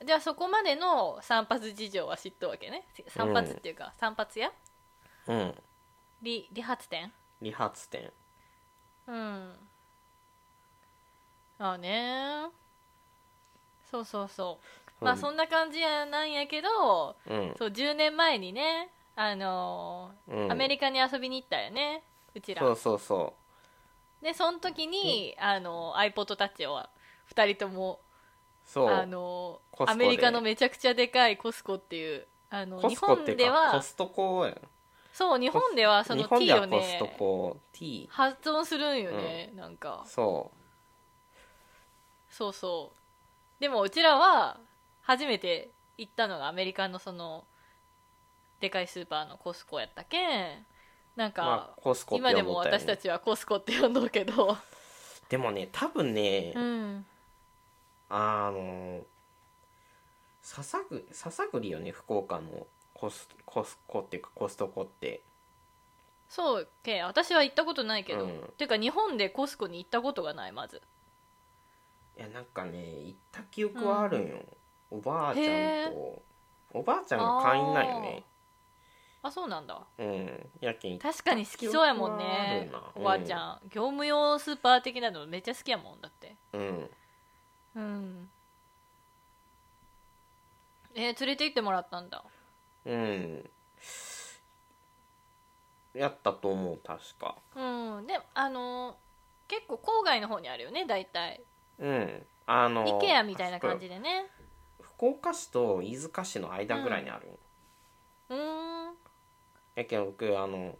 Speaker 1: じゃあそこまでの散髪事情は知っとうわけね散髪っていうか、散髪屋
Speaker 2: うん
Speaker 1: 理理髪店
Speaker 2: 理髪店
Speaker 1: うんああねそうそうそうまあ
Speaker 2: うん
Speaker 1: そんな感じやなんやけど
Speaker 2: うん
Speaker 1: そう10年前にねあのー
Speaker 2: うん
Speaker 1: アメリカに遊びに行ったよねうちら
Speaker 2: そうそうそ
Speaker 1: でその時に、あの iPod タッチを2人とも
Speaker 2: うそう
Speaker 1: あの
Speaker 2: コスコで
Speaker 1: アメリカのめちゃくちゃでかいコスコっていうあの
Speaker 2: コ
Speaker 1: 日
Speaker 2: スコっ
Speaker 1: 本
Speaker 2: ていう
Speaker 1: で
Speaker 2: かコ
Speaker 1: は
Speaker 2: ストコやん
Speaker 1: そう日本ではそ
Speaker 2: 日
Speaker 1: の
Speaker 2: 本
Speaker 1: T
Speaker 2: で
Speaker 1: を
Speaker 2: はコス
Speaker 1: ね
Speaker 2: トコ T
Speaker 1: 発音するんよね、なんか
Speaker 2: そ
Speaker 1: そうそうでもうちらは初めて行ったのがアメリカのそのでかいスーパーのコスコやったけんなん
Speaker 2: う
Speaker 1: か、
Speaker 2: まあコスコって
Speaker 1: 今で
Speaker 2: 呼
Speaker 1: も
Speaker 2: ぼうたよ
Speaker 1: 私
Speaker 2: ね
Speaker 1: たちはコスコって呼んどるけど、
Speaker 2: でもね多分ね、
Speaker 1: うん、
Speaker 2: あの笹栗笹栗よね福岡のコスコスコっていうかコストコって
Speaker 1: そうけ私は行ったことないけど、
Speaker 2: うん
Speaker 1: ていうか日本でコスコに行ったことがないまず
Speaker 2: いやなんかね行った記憶はあるんよ、おばあちゃ
Speaker 1: へ
Speaker 2: んとおばあちゃんが会員なんよね
Speaker 1: あそうなんだ
Speaker 2: うんやけん
Speaker 1: 確かに好きそうやもんね
Speaker 2: 記憶はあるな
Speaker 1: おばあちゃん、業務用スーパー的なのめっちゃ好きやもんだって
Speaker 2: うん
Speaker 1: うんえー連れて行ってもらったんだ
Speaker 2: うんやったと思う確か
Speaker 1: うんであのー結構郊外の方にあるよね大体
Speaker 2: うんあの
Speaker 1: IKEA みたいな
Speaker 2: 確か
Speaker 1: 感じでね
Speaker 2: 福岡市と飯塚市の間ぐらいにある、
Speaker 1: うーん
Speaker 2: やけん僕あの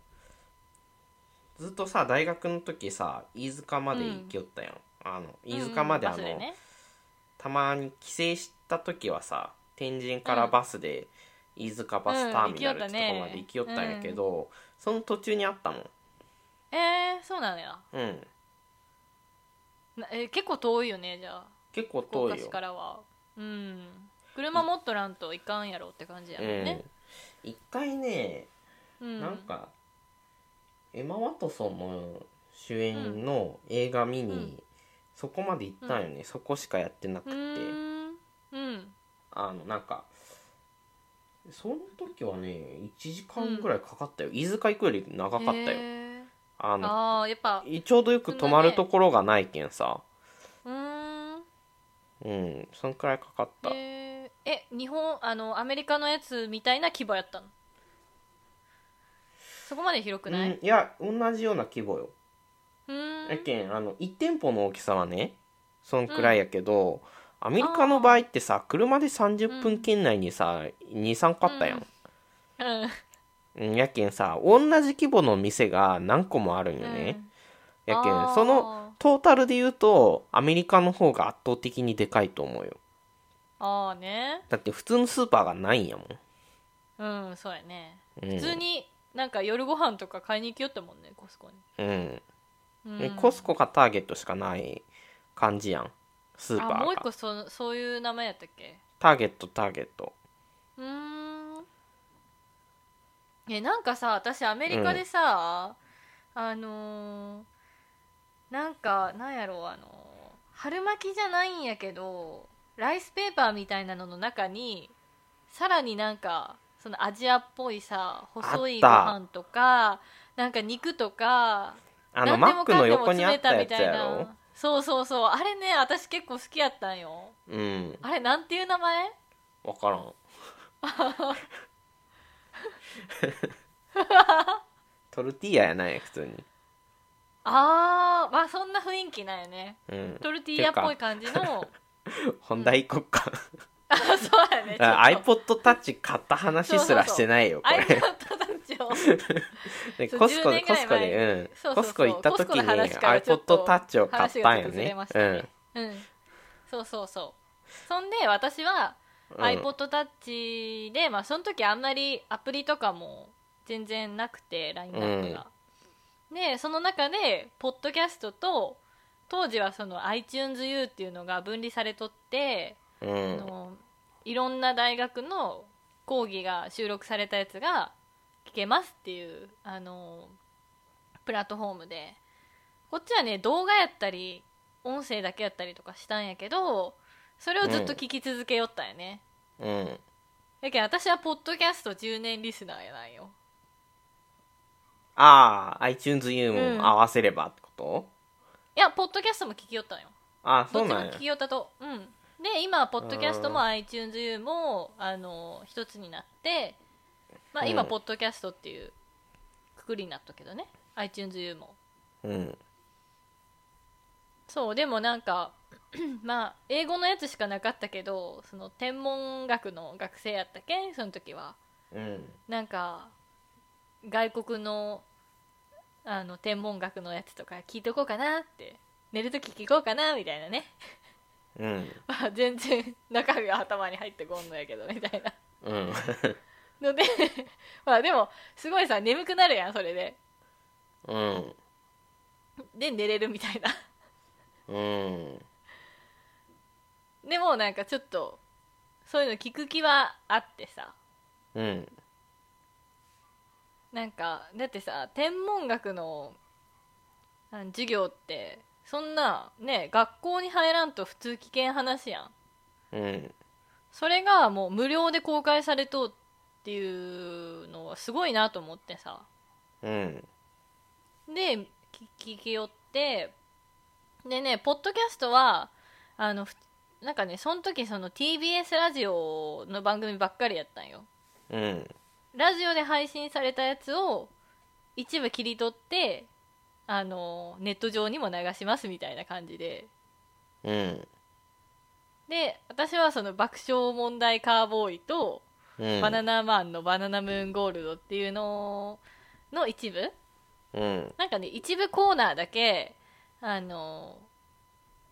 Speaker 2: ずっとさ大学の時さ飯塚まで行きよったやん、あの飯塚まであの、
Speaker 1: うんバスね
Speaker 2: たまに帰省した時はさ天神からバスで飯塚バスターミナルってとこまで行きよったんやけど、その途中にあったの
Speaker 1: えー、そうなのよ
Speaker 2: うん
Speaker 1: なえー結構遠いよねじゃあ
Speaker 2: 結構
Speaker 1: 福
Speaker 2: 遠
Speaker 1: 岡
Speaker 2: い
Speaker 1: 市
Speaker 2: よ
Speaker 1: からはうん車持っとらんといかんやろって感じやもんね、
Speaker 2: うん、一回ね、
Speaker 1: うん、
Speaker 2: なんかエマ・ワトソンの主演の映画見に、
Speaker 1: うん
Speaker 2: そこまで行ったんよね、そこしかやってなく
Speaker 1: う
Speaker 2: て、
Speaker 1: ーんうん
Speaker 2: あのなんかその時はね1時間ぐらいかかったよ、飯塚行くより長かったよ、
Speaker 1: へー
Speaker 2: あの
Speaker 1: あーやっぱ
Speaker 2: ちょうどよく泊まるところがないけんさ、
Speaker 1: うーん
Speaker 2: うんそんくらいかかった、
Speaker 1: えーえ日本あのアメリカのやつみたいな規模やったのそこまで広くない
Speaker 2: うんいや同じような規模よ
Speaker 1: うーん
Speaker 2: やけんあの1店舗の大きさはねそんくらいやけど、アメリカの場合ってさ車で30分圏内にさ、23個あったやん、
Speaker 1: うん
Speaker 2: うん、やけんさ同じ規模の店が何個もあるんよね、やけ
Speaker 1: あ
Speaker 2: ん
Speaker 1: ー
Speaker 2: そのトータルで言うとアメリカの方が圧倒的にでかいと思うよ
Speaker 1: ああね
Speaker 2: だって普通のスーパーがないんやもん、
Speaker 1: うんそうやね
Speaker 2: うん、
Speaker 1: 普通になんか夜ご飯とか買いに行きよったもんねコスコに、
Speaker 2: うん
Speaker 1: うん
Speaker 2: でコスコがターゲットしかない感じやんスーパ
Speaker 1: あもう
Speaker 2: ー
Speaker 1: 一
Speaker 2: が
Speaker 1: 個そそういう名前やったっけ
Speaker 2: ターゲットターゲット
Speaker 1: うーんえなんかさ私アメリカでさ、あのーなんかなんやろうあのー春巻きじゃないんやけどライスペーパーみたいなのの中にさらになんかそのアジアっぽいさ細いご飯とかなんか肉とか
Speaker 2: あのマ
Speaker 1: 何で
Speaker 2: ッ
Speaker 1: も
Speaker 2: ク
Speaker 1: かん
Speaker 2: の
Speaker 1: でも
Speaker 2: 横にあ
Speaker 1: 詰
Speaker 2: っ
Speaker 1: め
Speaker 2: た
Speaker 1: た
Speaker 2: や
Speaker 1: み
Speaker 2: つ
Speaker 1: たい
Speaker 2: やろ
Speaker 1: なそうそうそうあれね私結構好きやったんよ
Speaker 2: うん
Speaker 1: あれなんていう名前
Speaker 2: 分から
Speaker 1: <laughs>
Speaker 2: んトルティーヤやない普通に
Speaker 1: あーまあそんな雰囲気なんよね
Speaker 2: うん
Speaker 1: トルティーヤっぽい感じの
Speaker 2: 本題行こっか
Speaker 1: あ <laughs> そうやね
Speaker 2: iPodTouch 買った話すらしてないよこ
Speaker 1: ア
Speaker 2: <laughs>
Speaker 1: イ
Speaker 2: れ
Speaker 1: パッドタッチを
Speaker 2: で
Speaker 1: そう
Speaker 2: コスコでコ
Speaker 1: 10年ぐら
Speaker 2: ス
Speaker 1: い前
Speaker 2: コで、う
Speaker 1: そ
Speaker 2: ん、
Speaker 1: う
Speaker 2: コ
Speaker 1: そうそう
Speaker 2: スコ行った時に
Speaker 1: コスコの話からちょっと
Speaker 2: iPod タッチを買った
Speaker 1: 話が
Speaker 2: ん
Speaker 1: ちょ
Speaker 2: よ
Speaker 1: っとずれ
Speaker 2: ね
Speaker 1: まし
Speaker 2: う
Speaker 1: た
Speaker 2: ん
Speaker 1: ねうん、そうそうそうそんで私は
Speaker 2: うん
Speaker 1: iPodTouch で、まあその時あんまりアプリとかも全然なくてラインナップが、でその中でポッドキャストと当時はその iTunesU っていうのが分離されとって
Speaker 2: うん
Speaker 1: あのいろんな大学の講義が収録されたやつが聞けますっていうあのプラットフォームでこっちはね動画やったり音声だけやったりとかしたんやけどそれをずっと聞き続けよったんやね、
Speaker 2: うん
Speaker 1: やけん私はポッドキャスト10年リスナーやなんよ
Speaker 2: ああ iTunesU
Speaker 1: うん
Speaker 2: も合わせればってこと、
Speaker 1: いやポッドキャストも聞きよったんよ
Speaker 2: ああ
Speaker 1: ど
Speaker 2: そ
Speaker 1: っ
Speaker 2: う
Speaker 1: ちも
Speaker 2: なんや
Speaker 1: 聞きよったとうんで今ポッドキャストも
Speaker 2: う
Speaker 1: iTunesU もあの一つになってまあ今、
Speaker 2: うん
Speaker 1: ポッドキャストっていうくくりになったけどね iTunesU も
Speaker 2: うん
Speaker 1: そうでもなんか <clears throat> まあ英語のやつしかなかったけどその天文学の学生やったけんその時は
Speaker 2: うん
Speaker 1: なんか外国のあの天文学のやつとか聞いとこうかなって寝る時聞こうかなみたいなね
Speaker 2: うん
Speaker 1: まあ <laughs> 全然中身は頭に入ってこんのやけどみたいな <laughs>
Speaker 2: うん
Speaker 1: ので <laughs> まあでもすごいさ眠くなるやんそれで
Speaker 2: うん
Speaker 1: で寝れるみたいな <laughs>
Speaker 2: うん
Speaker 1: でもなんかちょっとそういうの聞く気はあってさ
Speaker 2: うん
Speaker 1: なんかだってさ天文学のあの授業ってそんなね学校に入らんと普通危険話やん
Speaker 2: うん
Speaker 1: それがもう無料で公開されとうっていうのはすごいなと思ってさ
Speaker 2: うん
Speaker 1: で聞聞き寄ってでねポッドキャストはあのふなんかねその時その TBS ラジオの番組ばっかりやったんよ
Speaker 2: うん
Speaker 1: ラジオで配信されたやつを一部切り取ってあのネット上にも流しますみたいな感じで
Speaker 2: うん
Speaker 1: で私はその爆笑問題カーボーイと
Speaker 2: うん
Speaker 1: バナナマンのバナナムーンゴールドっていうのの一部
Speaker 2: うん
Speaker 1: なんかね一部コーナーだけあの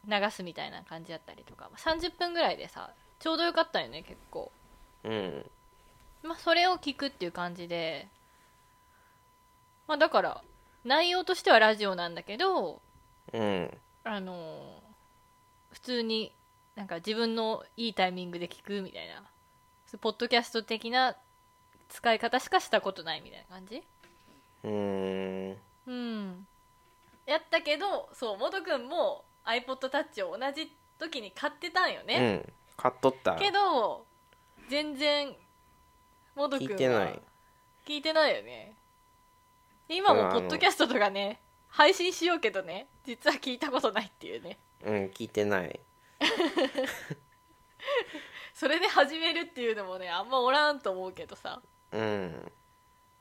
Speaker 1: 流すみたいな感じだったりとか30分ぐらいでさちょうどよかったよね結構、
Speaker 2: うん
Speaker 1: まあ、それを聞くっていう感じでまあだから内容としてはラジオなんだけど
Speaker 2: うん
Speaker 1: あの普通になんか自分のいいタイミングで聞くみたいなそうポッドキャスト的な使い方しかしたことないみたいな感じ
Speaker 2: うん
Speaker 1: うんやったけどそうモト君も iPodTouch を同じ時に買ってたんよ
Speaker 2: う
Speaker 1: ね、
Speaker 2: ん買っとった
Speaker 1: けど全然モト君
Speaker 2: 聞いてない
Speaker 1: 聞いてないよねで今
Speaker 2: うん
Speaker 1: も
Speaker 2: あ
Speaker 1: ポ
Speaker 2: の
Speaker 1: ッドキャストとかね配信しようけどね実は聞いたことないっていうね
Speaker 2: うん聞いてない
Speaker 1: それで始めるっていうのもねあんまおらんと思うけどさ
Speaker 2: うん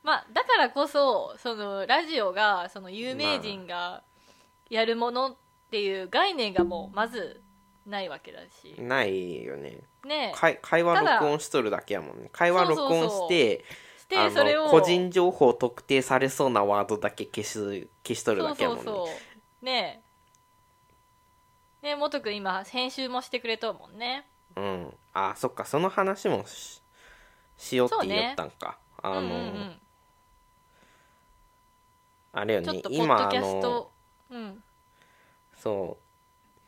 Speaker 1: まあだからこそそのラジオがその有名人がやるものっていう概念がもうまずないわけだし
Speaker 2: ないよね
Speaker 1: ね
Speaker 2: 会会話
Speaker 1: ただ
Speaker 2: 録音しとるだけやもんね会話録音して
Speaker 1: してそれ
Speaker 2: あ
Speaker 1: を
Speaker 2: の個人情報特定されそうなワードだけ消し消しとる
Speaker 1: そ
Speaker 2: だ
Speaker 1: う
Speaker 2: けや
Speaker 1: そ
Speaker 2: もんね
Speaker 1: うそうねえねえ元君今編集もしてくれとるもんね
Speaker 2: うんあそっかその話もししようって言ったんか、あの、
Speaker 1: うんうん
Speaker 2: あれよ
Speaker 1: うん、ちょっ
Speaker 2: ね
Speaker 1: とポッ
Speaker 2: 今
Speaker 1: ド
Speaker 2: あ
Speaker 1: キャス
Speaker 2: の
Speaker 1: トうん
Speaker 2: そう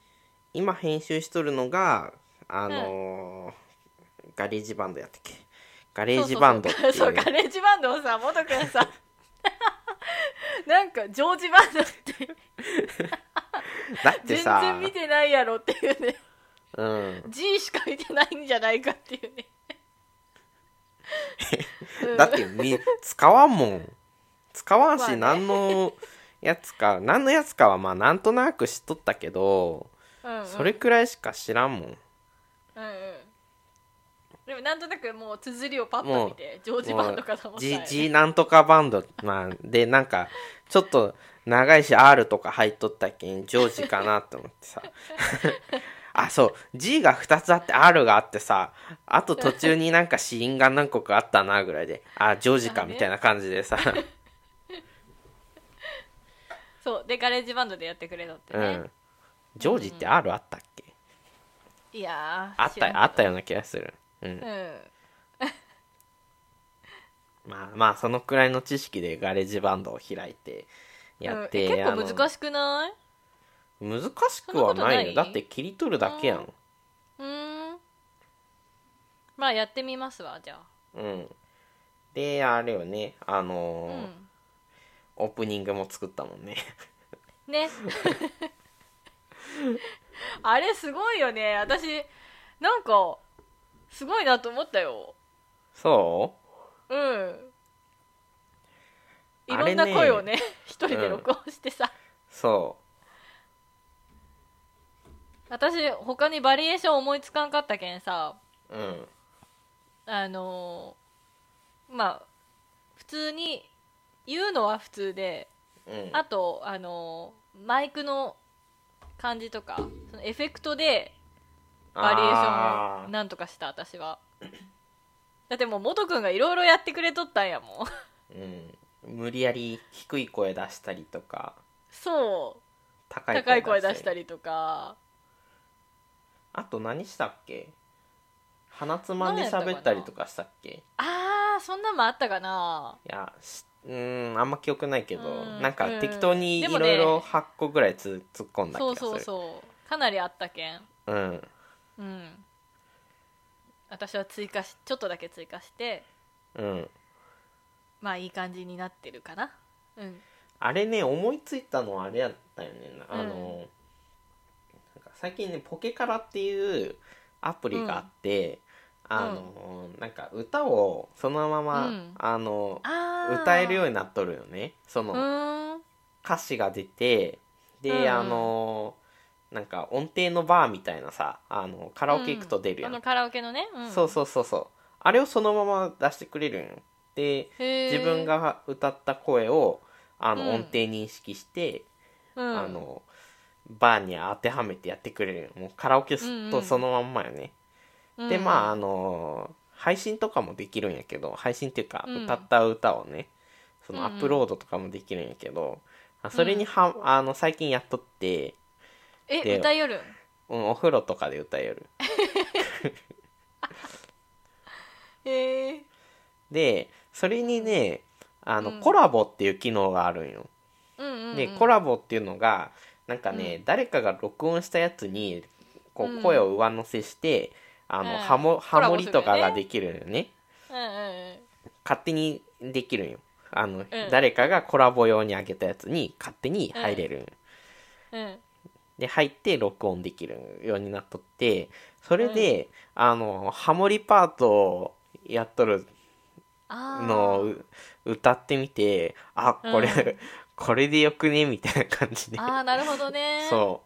Speaker 2: 今編集しとるのがあのーガレージバンドやったっけガレージバンドっていう,、
Speaker 1: そうそうそうそうガレージバンドをさ元君
Speaker 2: <laughs>
Speaker 1: さなんかジョージバンドって
Speaker 2: だって
Speaker 1: 全
Speaker 2: さ
Speaker 1: 然見てないやろっていうね
Speaker 2: うん
Speaker 1: G しか見てないんじゃないかっていうねうん
Speaker 2: だってみ使わんもん使わん
Speaker 1: まあ
Speaker 2: し
Speaker 1: ね
Speaker 2: 何のやつか何のやつかはまあなんとなく知っとったけど
Speaker 1: うんうん
Speaker 2: それくらいしか知らんもん
Speaker 1: うんうんでもなんとなくもう綴りをパッと見てジョージバンドかと思ったよ
Speaker 2: じ
Speaker 1: ね
Speaker 2: じなんとかバンド、まあ、でなんかちょっと長いし R とか入っとったけんジョージかなと思って
Speaker 1: <laughs>
Speaker 2: さあそう G が2つあって R があってさあと途中になんか死因が何個かあったなぐらいであジョージかみたいな感じでさ、
Speaker 1: そうでガレージバンドでやってくれたって
Speaker 2: う
Speaker 1: ね、
Speaker 2: ん、ジョージって R あったっけ
Speaker 1: いやー
Speaker 2: あっ
Speaker 1: 知らんけ
Speaker 2: た
Speaker 1: ど
Speaker 2: あったような気がする、うん
Speaker 1: う、ん
Speaker 2: まあまあそのくらいの知識でガレージバンドを開いてやって、
Speaker 1: うんえ結構
Speaker 2: し
Speaker 1: 難しくない
Speaker 2: 難しくはないよ
Speaker 1: そんなことない
Speaker 2: だって切り取るだけやん
Speaker 1: うーんまあやってみますわじゃあ
Speaker 2: うんであれよねあ
Speaker 1: う
Speaker 2: のー
Speaker 1: ん
Speaker 2: オープニングも作ったもんね <laughs>
Speaker 1: ねあれすごいよね私なんかすごいなと思ったよ
Speaker 2: そ
Speaker 1: うんい
Speaker 2: あ
Speaker 1: ろ
Speaker 2: れね
Speaker 1: んな声をね一人で録音してさ、
Speaker 2: うそ
Speaker 1: 私他にバリエーション思いつかんかったけんさ
Speaker 2: ううん
Speaker 1: あのーまあ普通に言うのは普通で
Speaker 2: うん
Speaker 1: あとあのーマイクの感じとかそのエフェクトでバリエーションを
Speaker 2: あー
Speaker 1: なんとかした私はだってもう元君がいろいろやってくれとったんやもん
Speaker 2: うん、無理やり低い声出したりとか
Speaker 1: そう
Speaker 2: 高い
Speaker 1: 高い声出した
Speaker 2: り
Speaker 1: りとか
Speaker 2: あと何したっけ鼻つまんで喋ったりとかしたっけ
Speaker 1: あーそんなんもあったかない
Speaker 2: やしうーんあんま記憶ないけど、
Speaker 1: うん
Speaker 2: なんか適当に
Speaker 1: う
Speaker 2: い
Speaker 1: んでも
Speaker 2: ろ
Speaker 1: ね
Speaker 2: いろ8個ぐらいつ突っ込んだ気
Speaker 1: そ
Speaker 2: が
Speaker 1: う
Speaker 2: する
Speaker 1: そうそうかなりあったけん
Speaker 2: うん
Speaker 1: うん私は追加しちょっとだけ追加して
Speaker 2: うん
Speaker 1: まあいい感じになってるかなうん
Speaker 2: あれね思いついたのはあれやったよねあの、なんか最近ねポケカラっていうアプリがあって、
Speaker 1: ん
Speaker 2: あの、なんか歌をそのまま、
Speaker 1: うん
Speaker 2: あの
Speaker 1: あー
Speaker 2: 歌えるよう
Speaker 1: に
Speaker 2: になっとるよねそうの、
Speaker 1: ーん
Speaker 2: 歌詞が出てで、
Speaker 1: うんうん
Speaker 2: あのなんか音程のバーみたいなさあのカラオケ行くと出るや
Speaker 1: あ
Speaker 2: ん、
Speaker 1: のカラオケのね、ん
Speaker 2: そうそうそうそうあれをそのまま出してくれるんよで
Speaker 1: へー
Speaker 2: 自分、が歌った声をあ
Speaker 1: うん
Speaker 2: の音程認識して、
Speaker 1: うん
Speaker 2: あのバーに当てはめてやってくれるもうカラオケ
Speaker 1: うんうん
Speaker 2: とそのまんまよね、
Speaker 1: うん
Speaker 2: でまああの配信とかもできるんやけど配信っていうか
Speaker 1: うん
Speaker 2: 歌った歌をね、そ
Speaker 1: うん
Speaker 2: の
Speaker 1: う
Speaker 2: ア
Speaker 1: ん
Speaker 2: ップロードとかもできるんやけど、あそれには、あの最近やっとって、
Speaker 1: え
Speaker 2: で
Speaker 1: 歌いよるん
Speaker 2: うん、お風呂とかで歌える
Speaker 1: へえ
Speaker 2: でそれにねあの、
Speaker 1: うん
Speaker 2: コラボっていう機能があるんよ
Speaker 1: うんうん、うん、
Speaker 2: でコラボっていうのがなんかね、誰かが録音したやつにこ
Speaker 1: うん
Speaker 2: う声を上乗せして、あ
Speaker 1: うん
Speaker 2: のハモ
Speaker 1: コラ
Speaker 2: ハ
Speaker 1: ボ
Speaker 2: モリ
Speaker 1: するよね
Speaker 2: とかができるのよね
Speaker 1: うんうん
Speaker 2: 勝手にできるんよあの、
Speaker 1: ん
Speaker 2: 誰かがコラボ用に上げたやつに勝手に入れるんよ、
Speaker 1: うんうん
Speaker 2: で入って録音できるようになっとってそれで、あのハモリパートをやっとる
Speaker 1: あー
Speaker 2: のをう歌ってみてあこれ、
Speaker 1: う
Speaker 2: <laughs> これでよくねみたいな感じで
Speaker 1: あーなるほどね、
Speaker 2: <laughs> そ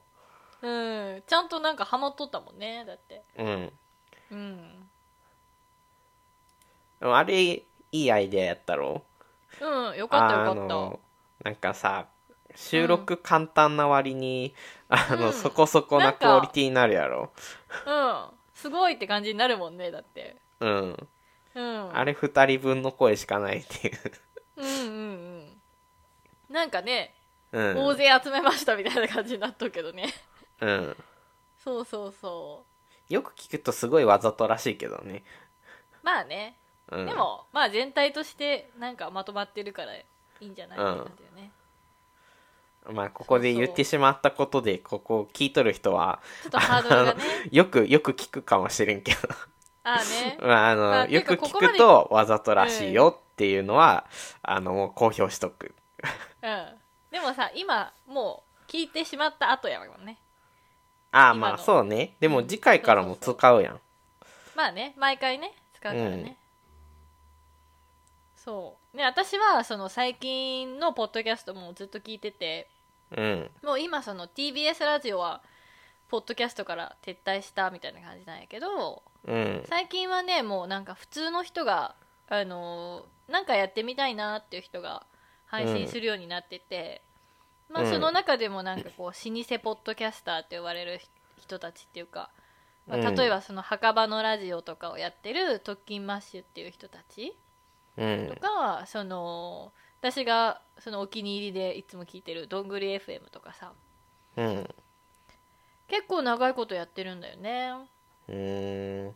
Speaker 2: う
Speaker 1: うん、ちゃんとなんかハマっとったもんねだって
Speaker 2: ううん
Speaker 1: うん
Speaker 2: でもあれいいアイデアやったろ
Speaker 1: うんよかったよ
Speaker 2: あ
Speaker 1: かった
Speaker 2: のなんかさ収録簡単な割に、あの、
Speaker 1: うん
Speaker 2: そこそこ
Speaker 1: な
Speaker 2: なん
Speaker 1: か
Speaker 2: クオリティになるやろ
Speaker 1: うんすごいって感じになるもんねだって
Speaker 2: うん
Speaker 1: うん
Speaker 2: あれ2人分の声しかないっていう、
Speaker 1: うんうんうんなんかね、
Speaker 2: うん、
Speaker 1: 大勢集めましたみたいな感じになっとるけどね <laughs>
Speaker 2: うん
Speaker 1: そうそうそ
Speaker 2: よく聞くとすごいわざとらしいけどね、
Speaker 1: うまあね、
Speaker 2: うん、
Speaker 1: でもまあ全体としてなんかまとまってるからいいんじゃないって感じだよね、
Speaker 2: まあここで言ってしまったことでここを聞いとる人は
Speaker 1: ちょっとハード
Speaker 2: <laughs>
Speaker 1: ルがね
Speaker 2: よくよく聞くかもしれんけ
Speaker 1: ああね
Speaker 2: どまああの、
Speaker 1: まあ
Speaker 2: よく
Speaker 1: てかこ
Speaker 2: 聞
Speaker 1: こまで
Speaker 2: くとわざとらしいよっていうのは、あのもう公表しとく
Speaker 1: うんでもさ今もう聞いてしまった後やもんね
Speaker 2: ああ
Speaker 1: 今の
Speaker 2: まあそうねでも次回からも使うやん
Speaker 1: まあね毎回ね使うから
Speaker 2: う
Speaker 1: ね、
Speaker 2: ん
Speaker 1: そうね私はその最近のポッドキャストもずっと聞いてて
Speaker 2: うん
Speaker 1: もう今その TBS ラジオはポッドキャストから撤退したみたいな感じなんやけど
Speaker 2: うん
Speaker 1: 最近はねもうなんか普通の人があのーなんかやってみたいなっていう人が配信するようになってて、まあ
Speaker 2: うん
Speaker 1: その中でもなんかこう老舗ポッドキャスターって呼ばれる人人たちっていうか、まあ
Speaker 2: うん
Speaker 1: 例えばその墓場のラジオとかをやってる特勤マッシュっていう人たち
Speaker 2: うん
Speaker 1: とかはその私がそのお気に入りでいつも聞いてる「どんぐり FM」とかさ
Speaker 2: うん
Speaker 1: 結構長いことやってるんだよね。
Speaker 2: うーん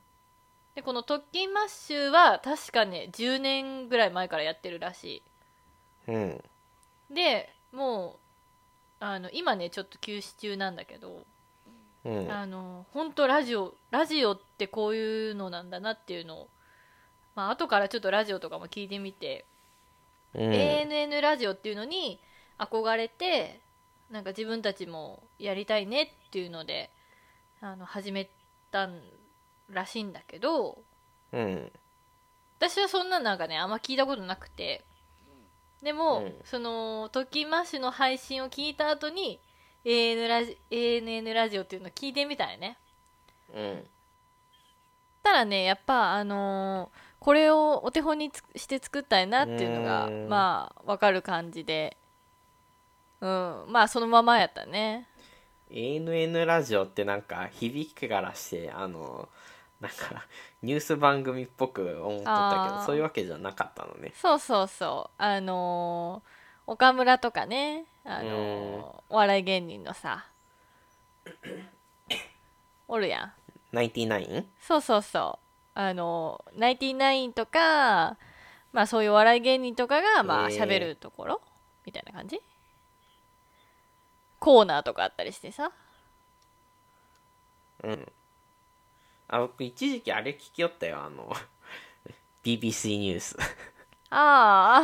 Speaker 1: でこの特勤マッシュは確かね10年ぐらい前からやってるらし
Speaker 2: うん
Speaker 1: いでもうあの今ねちょっと休止中なんだけど、
Speaker 2: うん
Speaker 1: あの本当ラジオラジオってこういうのなんだなっていうのをまあ後からちょっとラジオとかも聞いてみて、
Speaker 2: うん
Speaker 1: ANN ラジオっていうのに憧れてなんか自分たちもやりたいねっていうのであの始めたんらしいんだけど
Speaker 2: うん
Speaker 1: 私はそんななんかねあんま聞いたことなくてでも、
Speaker 2: うん
Speaker 1: そのトキマッシュの配信を聞いた後に AN ラジ ANN ラジオっていうのを聞いてみたよね
Speaker 2: うん
Speaker 1: たらねやっぱあのーこれをお手本につして作ったいなっていうのが
Speaker 2: うん
Speaker 1: まあわかる感じでうんまあそのままやったね
Speaker 2: ANN ラジオってなんか響きからしてあのなんかニュース番組っぽく思っとったけ
Speaker 1: あー
Speaker 2: どそういうわけじゃなかったのね
Speaker 1: そうそうそうあのー岡村とかねあのー
Speaker 2: うん
Speaker 1: お笑い芸人のさおるやん
Speaker 2: 99?
Speaker 1: そうそうそうあのナインティナインとかまあそういうお笑い芸人とかがまあ
Speaker 2: えー
Speaker 1: 喋るところ、みたいな感じコーナーとかあったりしてさ
Speaker 2: うんあ僕一時期あれ聞きよったよあの BBC ニュース
Speaker 1: ああ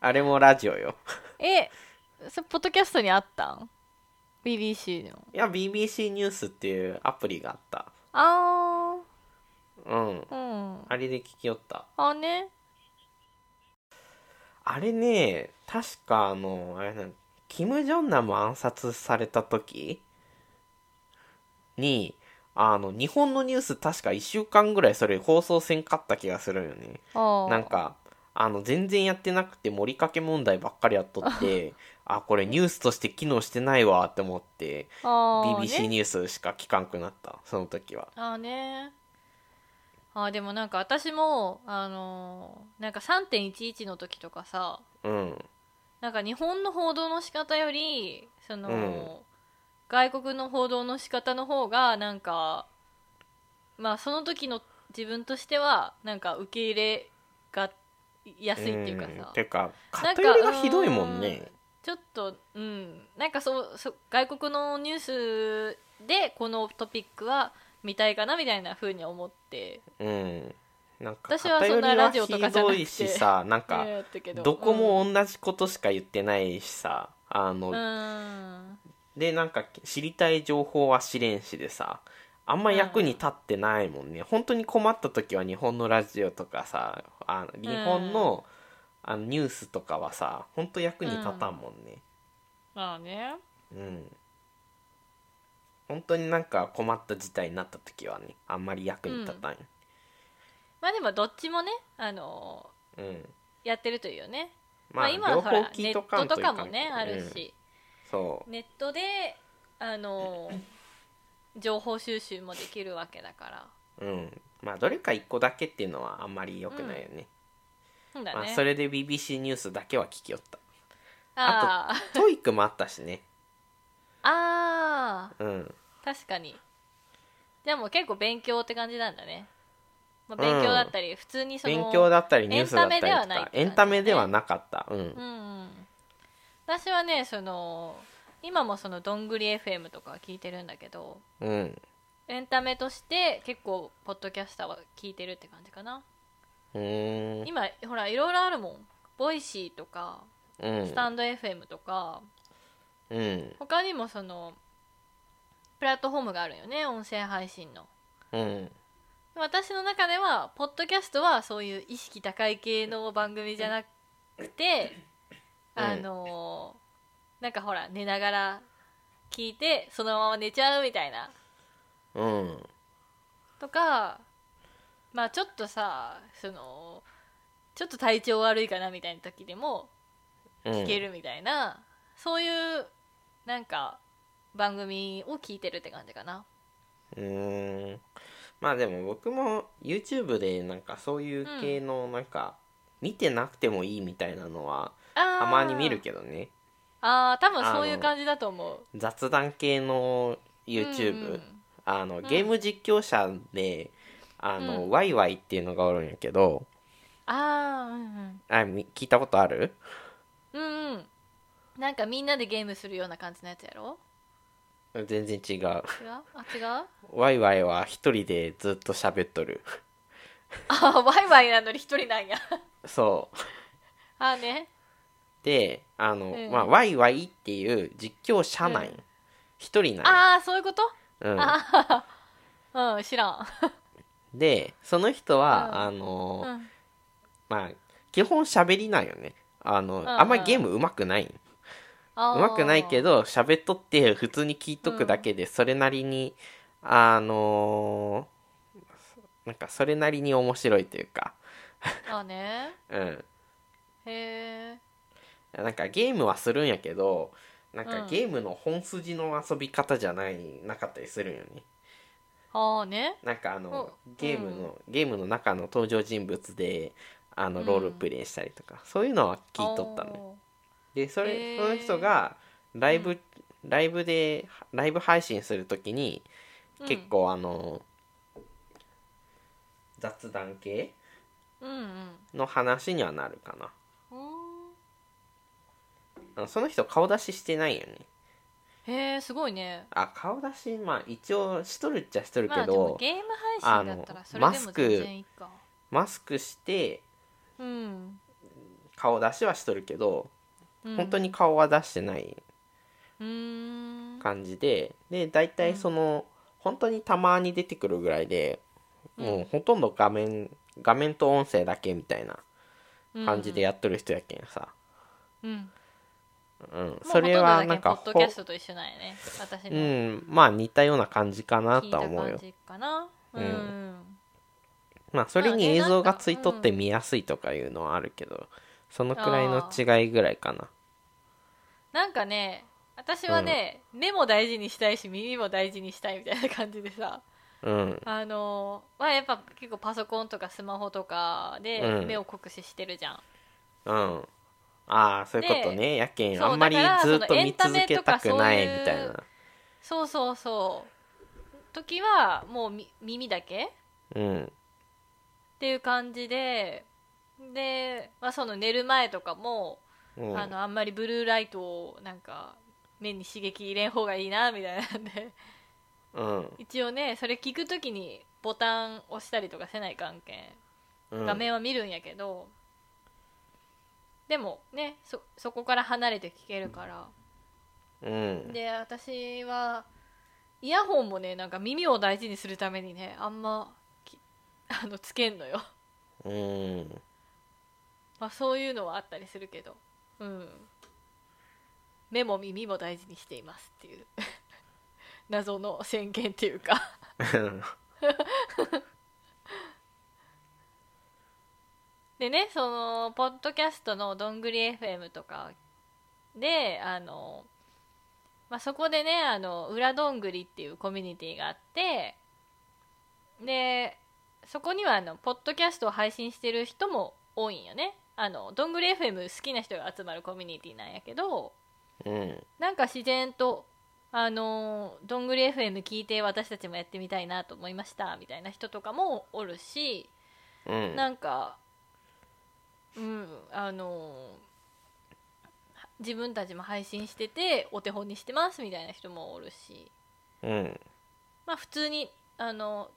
Speaker 2: あれもラジオよ
Speaker 1: えそれポッドキャストにあったん ?BBC の
Speaker 2: いや BBC ニュースっていうアプリがあった
Speaker 1: あ
Speaker 2: うん
Speaker 1: あうん
Speaker 2: あれで聞きよった
Speaker 1: あね
Speaker 2: あれね確かあのあれなんキム・ジョンナム暗殺された時にあの日本のニュース確か1週間ぐらいそれ放送せんかった気がするよね
Speaker 1: あ
Speaker 2: なんかあの全然やってなくて盛りかけ問題ばっかりやっとってあこれニュースとして機能してないわって思って
Speaker 1: あー
Speaker 2: BBC
Speaker 1: ね
Speaker 2: ニュースしか聞かんくなったその時は
Speaker 1: あーねあーでもなんか私もあのーなんか3.11の時とかさ
Speaker 2: うん
Speaker 1: なんか日本の報道の仕方よりその、
Speaker 2: うん
Speaker 1: 外国の報道の仕方の方がなんかまあその時の自分としてはなんか受け入れがやすいっていうか
Speaker 2: ん
Speaker 1: さ、
Speaker 2: てか
Speaker 1: なんか
Speaker 2: 偏りがひどいもんね
Speaker 1: ちょっとうんなんかそうそう外国のニュースでこのトピックは見たいかなみたいな風に思って
Speaker 2: うんなんか
Speaker 1: 私はそ
Speaker 2: 偏
Speaker 1: んな
Speaker 2: り
Speaker 1: ラ
Speaker 2: が
Speaker 1: ジオとか
Speaker 2: ひ
Speaker 1: じゃな
Speaker 2: ど
Speaker 1: くて
Speaker 2: いしさなん
Speaker 1: <laughs>
Speaker 2: か
Speaker 1: やったけ
Speaker 2: どこも同じことしか言ってないしさあ
Speaker 1: うん、
Speaker 2: の
Speaker 1: うん
Speaker 2: でなんか知りたい情報は試練紙でさあんま役に立ってないもんね、本当に困った時は日本のラジオとかさあの日本の,、あのニュースとかはさ本当役に立たんもんね
Speaker 1: まあね
Speaker 2: うん、本当になんか困った事態になった時はねあんまり役に立たんよ
Speaker 1: まあでもどっちもねあの
Speaker 2: うん、
Speaker 1: やってるというよね
Speaker 2: まあ、
Speaker 1: 今
Speaker 2: 両
Speaker 1: は
Speaker 2: 方
Speaker 1: ほら
Speaker 2: 聞
Speaker 1: ネ
Speaker 2: い
Speaker 1: ッ
Speaker 2: とか
Speaker 1: ト
Speaker 2: んと
Speaker 1: と
Speaker 2: いか
Speaker 1: か
Speaker 2: ん
Speaker 1: もね、ある、し
Speaker 2: うんそ
Speaker 1: ネットであの情報収集もできるわけだから
Speaker 2: ううんまあどれか一個だけっていうのはあんまり良くないよね、
Speaker 1: そうだ
Speaker 2: まあ、
Speaker 1: ね
Speaker 2: それで BBC ニュースだけは聞きよった
Speaker 1: あー
Speaker 2: トイックもあったしね
Speaker 1: あ
Speaker 2: うん
Speaker 1: ー確かにじゃあもう結構勉強って感じなんだね、まあ、勉強だったり、普通にその
Speaker 2: 勉強だったりニュースだったりと
Speaker 1: エンタメではな
Speaker 2: か
Speaker 1: いって感じだね
Speaker 2: エンタメではなかったうん
Speaker 1: うんうん私はねその今もそのどんぐり FM とかは聞いてるんだけど
Speaker 2: うん
Speaker 1: エンタメとして結構ポッドキャスターは聞いてるって感じかな
Speaker 2: うーん
Speaker 1: 今ほらいろいろあるもんボイシーとか
Speaker 2: うん
Speaker 1: スタンド FM とか、
Speaker 2: うん
Speaker 1: 他にもそのプラットフォームがあるよね音声配信の
Speaker 2: うん
Speaker 1: 私の中ではポッドキャストはそういう意識高い系の番組じゃなくて、
Speaker 2: うん
Speaker 1: あのーなんかほら寝ながら聞いてそのまま寝ちゃうみたいな
Speaker 2: うん
Speaker 1: とかまあちょっとさそのちょっと体調悪いかなみたいな時でも聞けるみたいな、そういうなんか番組を聞いてるって感じかな
Speaker 2: うーんまあでも僕も YouTube でなんかそういう系のなんか見てなくてもいいみたいなのは
Speaker 1: あ
Speaker 2: たまに見る
Speaker 1: ど
Speaker 2: けどね
Speaker 1: あー多分そうい
Speaker 2: あ
Speaker 1: う
Speaker 2: の
Speaker 1: 感じだと思う
Speaker 2: 雑談系の YouTube、
Speaker 1: うんうん
Speaker 2: あのゲーム実況者で、あの、
Speaker 1: うん
Speaker 2: ワイワイっていうのがおるんやけど
Speaker 1: あーうんうん
Speaker 2: あみ聞いたことある
Speaker 1: うんうんなんかみんなでゲームするような感じのやつやろ
Speaker 2: 全然違
Speaker 1: <laughs>
Speaker 2: う
Speaker 1: 違うあ違うあ
Speaker 2: ワイワイは一人でずっと喋っとる
Speaker 1: ーワイワイなのに一人なんや
Speaker 2: そう
Speaker 1: あーね
Speaker 2: であの、
Speaker 1: うん
Speaker 2: まあワイワイっていう実況者なんよ
Speaker 1: うん
Speaker 2: 一、人なんよ
Speaker 1: ああそういうこと
Speaker 2: うん、
Speaker 1: あーうん知らん
Speaker 2: でその人は、
Speaker 1: うん
Speaker 2: あの、
Speaker 1: うん
Speaker 2: まあ基本喋りなんよねあの、
Speaker 1: ん
Speaker 2: あんまりゲーム上手くないんよ
Speaker 1: あ
Speaker 2: う
Speaker 1: ー
Speaker 2: まくないけど喋っとって普通に聞いとくだけでそれなりに、あのーなんかそれなりに面白いというか
Speaker 1: あーね
Speaker 2: うん
Speaker 1: へえ
Speaker 2: なんかゲームはするんやけどなん
Speaker 1: う
Speaker 2: か
Speaker 1: ん
Speaker 2: ゲームの本筋の遊び方じゃないなかったりするんよね
Speaker 1: ああね
Speaker 2: なんかあの
Speaker 1: お
Speaker 2: ゲームの、ゲームの中の登場人物であのロールプレイしたりとか、そういうのは聞いとったのよ
Speaker 1: おー
Speaker 2: でそれ
Speaker 1: へー
Speaker 2: その人がライブ、ライブでライブ配信するときに
Speaker 1: うん
Speaker 2: 結構あの、雑談系
Speaker 1: うんうん
Speaker 2: の話にはなるかな
Speaker 1: うー
Speaker 2: あのその人顔出ししてないよね
Speaker 1: んへえすごいね
Speaker 2: あ顔出しまあ一応しとるっちゃしとる
Speaker 1: ま
Speaker 2: け
Speaker 1: あでも
Speaker 2: ど、
Speaker 1: ゲーム配信だったらそれでも全然いいか
Speaker 2: マスクして
Speaker 1: うん
Speaker 2: 顔出しはしとるけど、
Speaker 1: うん
Speaker 2: 本当に顔は出してないう
Speaker 1: ーん
Speaker 2: 感じでで大体その、本当にたまに出てくるぐらいでもうほとんど画面画面と音声だけみたいな感じでやっとる人やけんさ、
Speaker 1: うんう
Speaker 2: う
Speaker 1: ん
Speaker 2: ん
Speaker 1: もう
Speaker 2: それはなんか
Speaker 1: ほとどだけポッドキャストと一緒なんやね私
Speaker 2: う
Speaker 1: の
Speaker 2: んまあ似たような感じかな
Speaker 1: 聞い
Speaker 2: と
Speaker 1: た
Speaker 2: は思う
Speaker 1: 感
Speaker 2: よ
Speaker 1: じかな
Speaker 2: う
Speaker 1: うんん、
Speaker 2: まあそれに映像がついとっ
Speaker 1: まあねなんか
Speaker 2: て
Speaker 1: う
Speaker 2: 見やすいとかいうのはあるけどそのくらいの違いぐらいかな
Speaker 1: なんかね私はね、目も大事にしたいし耳も大事にしたいみたいな感じでさ
Speaker 2: うん
Speaker 1: あのまあやっぱ結構パソコンとかスマホとか
Speaker 2: う
Speaker 1: で
Speaker 2: ん
Speaker 1: 目を酷使してるじゃん、
Speaker 2: うんああそういうことねやけん
Speaker 1: そう
Speaker 2: あんまり
Speaker 1: だから
Speaker 2: ずっと見続けたくない
Speaker 1: そのエンタメ
Speaker 2: みた
Speaker 1: とか
Speaker 2: い
Speaker 1: そ
Speaker 2: な
Speaker 1: そうそうそう時はもうみ耳だけ
Speaker 2: うん
Speaker 1: っていう感じでで、まあ、その寝る前とかも、
Speaker 2: うん
Speaker 1: あのあんまりブルーライトをなんか目に刺激入れん方がいいなみたいなんで
Speaker 2: うん
Speaker 1: 一応ねそれ聞くときにボタン押したりとかせない関係
Speaker 2: うん
Speaker 1: 画面は見るんやけど、でもねそそこから離れて聞けるから、
Speaker 2: うん
Speaker 1: で私はイヤホンもねなんか耳を大事にするためにねあんまき <laughs> あのつけんのよ
Speaker 2: うん
Speaker 1: まあそういうのはあったりするけどうん目も耳も大事にしていますっていう <laughs> 謎の宣言っていうかでねそのポッドキャストの「どんぐり FM」とかであの、まあ、そこでねあの裏どんぐりっていうコミュニティがあってでそこにはあのポッドキャストを配信してる人も多いんよねあのどんぐり FM 好きな人が集まるコミュニティなんやけど
Speaker 2: うん
Speaker 1: なんか自然とあのーどんぐり FM 聞いて私たちもやってみたいなと思いましたみたいな人とかもおるし
Speaker 2: うん
Speaker 1: なんかうんあのー自分たちも配信しててお手本にしてますみたいな人もおるし
Speaker 2: うん
Speaker 1: まあ普通にあの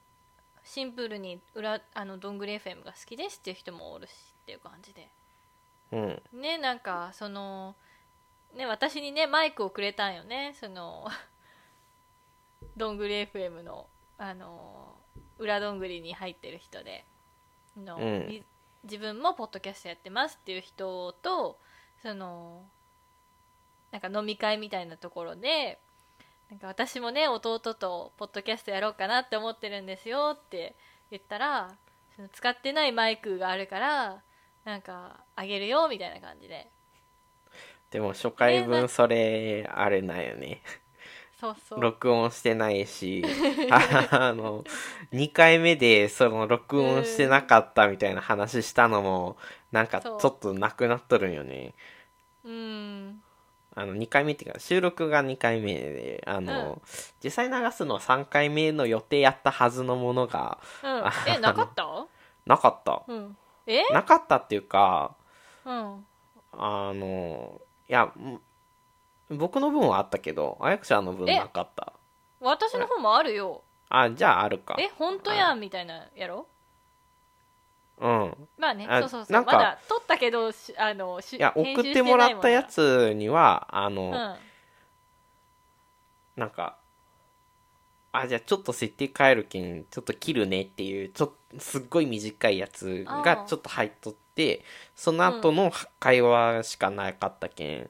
Speaker 1: シンプルに裏あのどんぐり FM が好きですっていう人もおるしっていう感じで
Speaker 2: うん
Speaker 1: ねなんかそのね私にねマイクをくれたんよねそのどんぐり FM のあの裏どんぐりに入ってる人での、
Speaker 2: うん
Speaker 1: み自分もポッドキャストやってますっていう人とそのなんか飲み会みたいなところでなんか私もね弟とポッドキャストやろうかなって思ってるんですよって言ったらその使ってないマイクがあるからなんかあげるよみたいな感じで
Speaker 2: でも初回分それあれなんよね
Speaker 1: そうそう
Speaker 2: 録音してないし <laughs> あの2回目でその録音してなかったみたいな話したのもなんかち
Speaker 1: そ
Speaker 2: ょ
Speaker 1: う
Speaker 2: っとなくなっとるんよね
Speaker 1: うん
Speaker 2: あの2回目っていうか収録が2回目であの、実際流すのは3回目の予定やったはずのものが
Speaker 1: うんえなかった
Speaker 2: なかった
Speaker 1: うんえ
Speaker 2: なかったっていうか
Speaker 1: うん
Speaker 2: あのいやん僕の分はあったけどあやくちゃんの分
Speaker 1: え
Speaker 2: なかった
Speaker 1: 私の方もあるよ
Speaker 2: あじゃああるか
Speaker 1: え本当やんみたいなやろ
Speaker 2: うん
Speaker 1: まあね
Speaker 2: あ
Speaker 1: そうそうそ
Speaker 2: な
Speaker 1: うん
Speaker 2: か
Speaker 1: まだ撮ったけどしあのし
Speaker 2: いや送
Speaker 1: 編集
Speaker 2: っ
Speaker 1: してない
Speaker 2: も
Speaker 1: ん
Speaker 2: らったやつにはあ
Speaker 1: う
Speaker 2: の、
Speaker 1: んあ
Speaker 2: なんかあじゃあちょっと設定変えるけんちょっと切るねっていうちょっすっごい短いやつ
Speaker 1: あ
Speaker 2: が
Speaker 1: ー
Speaker 2: ちょっと入っとってその後の会話しかなかったけん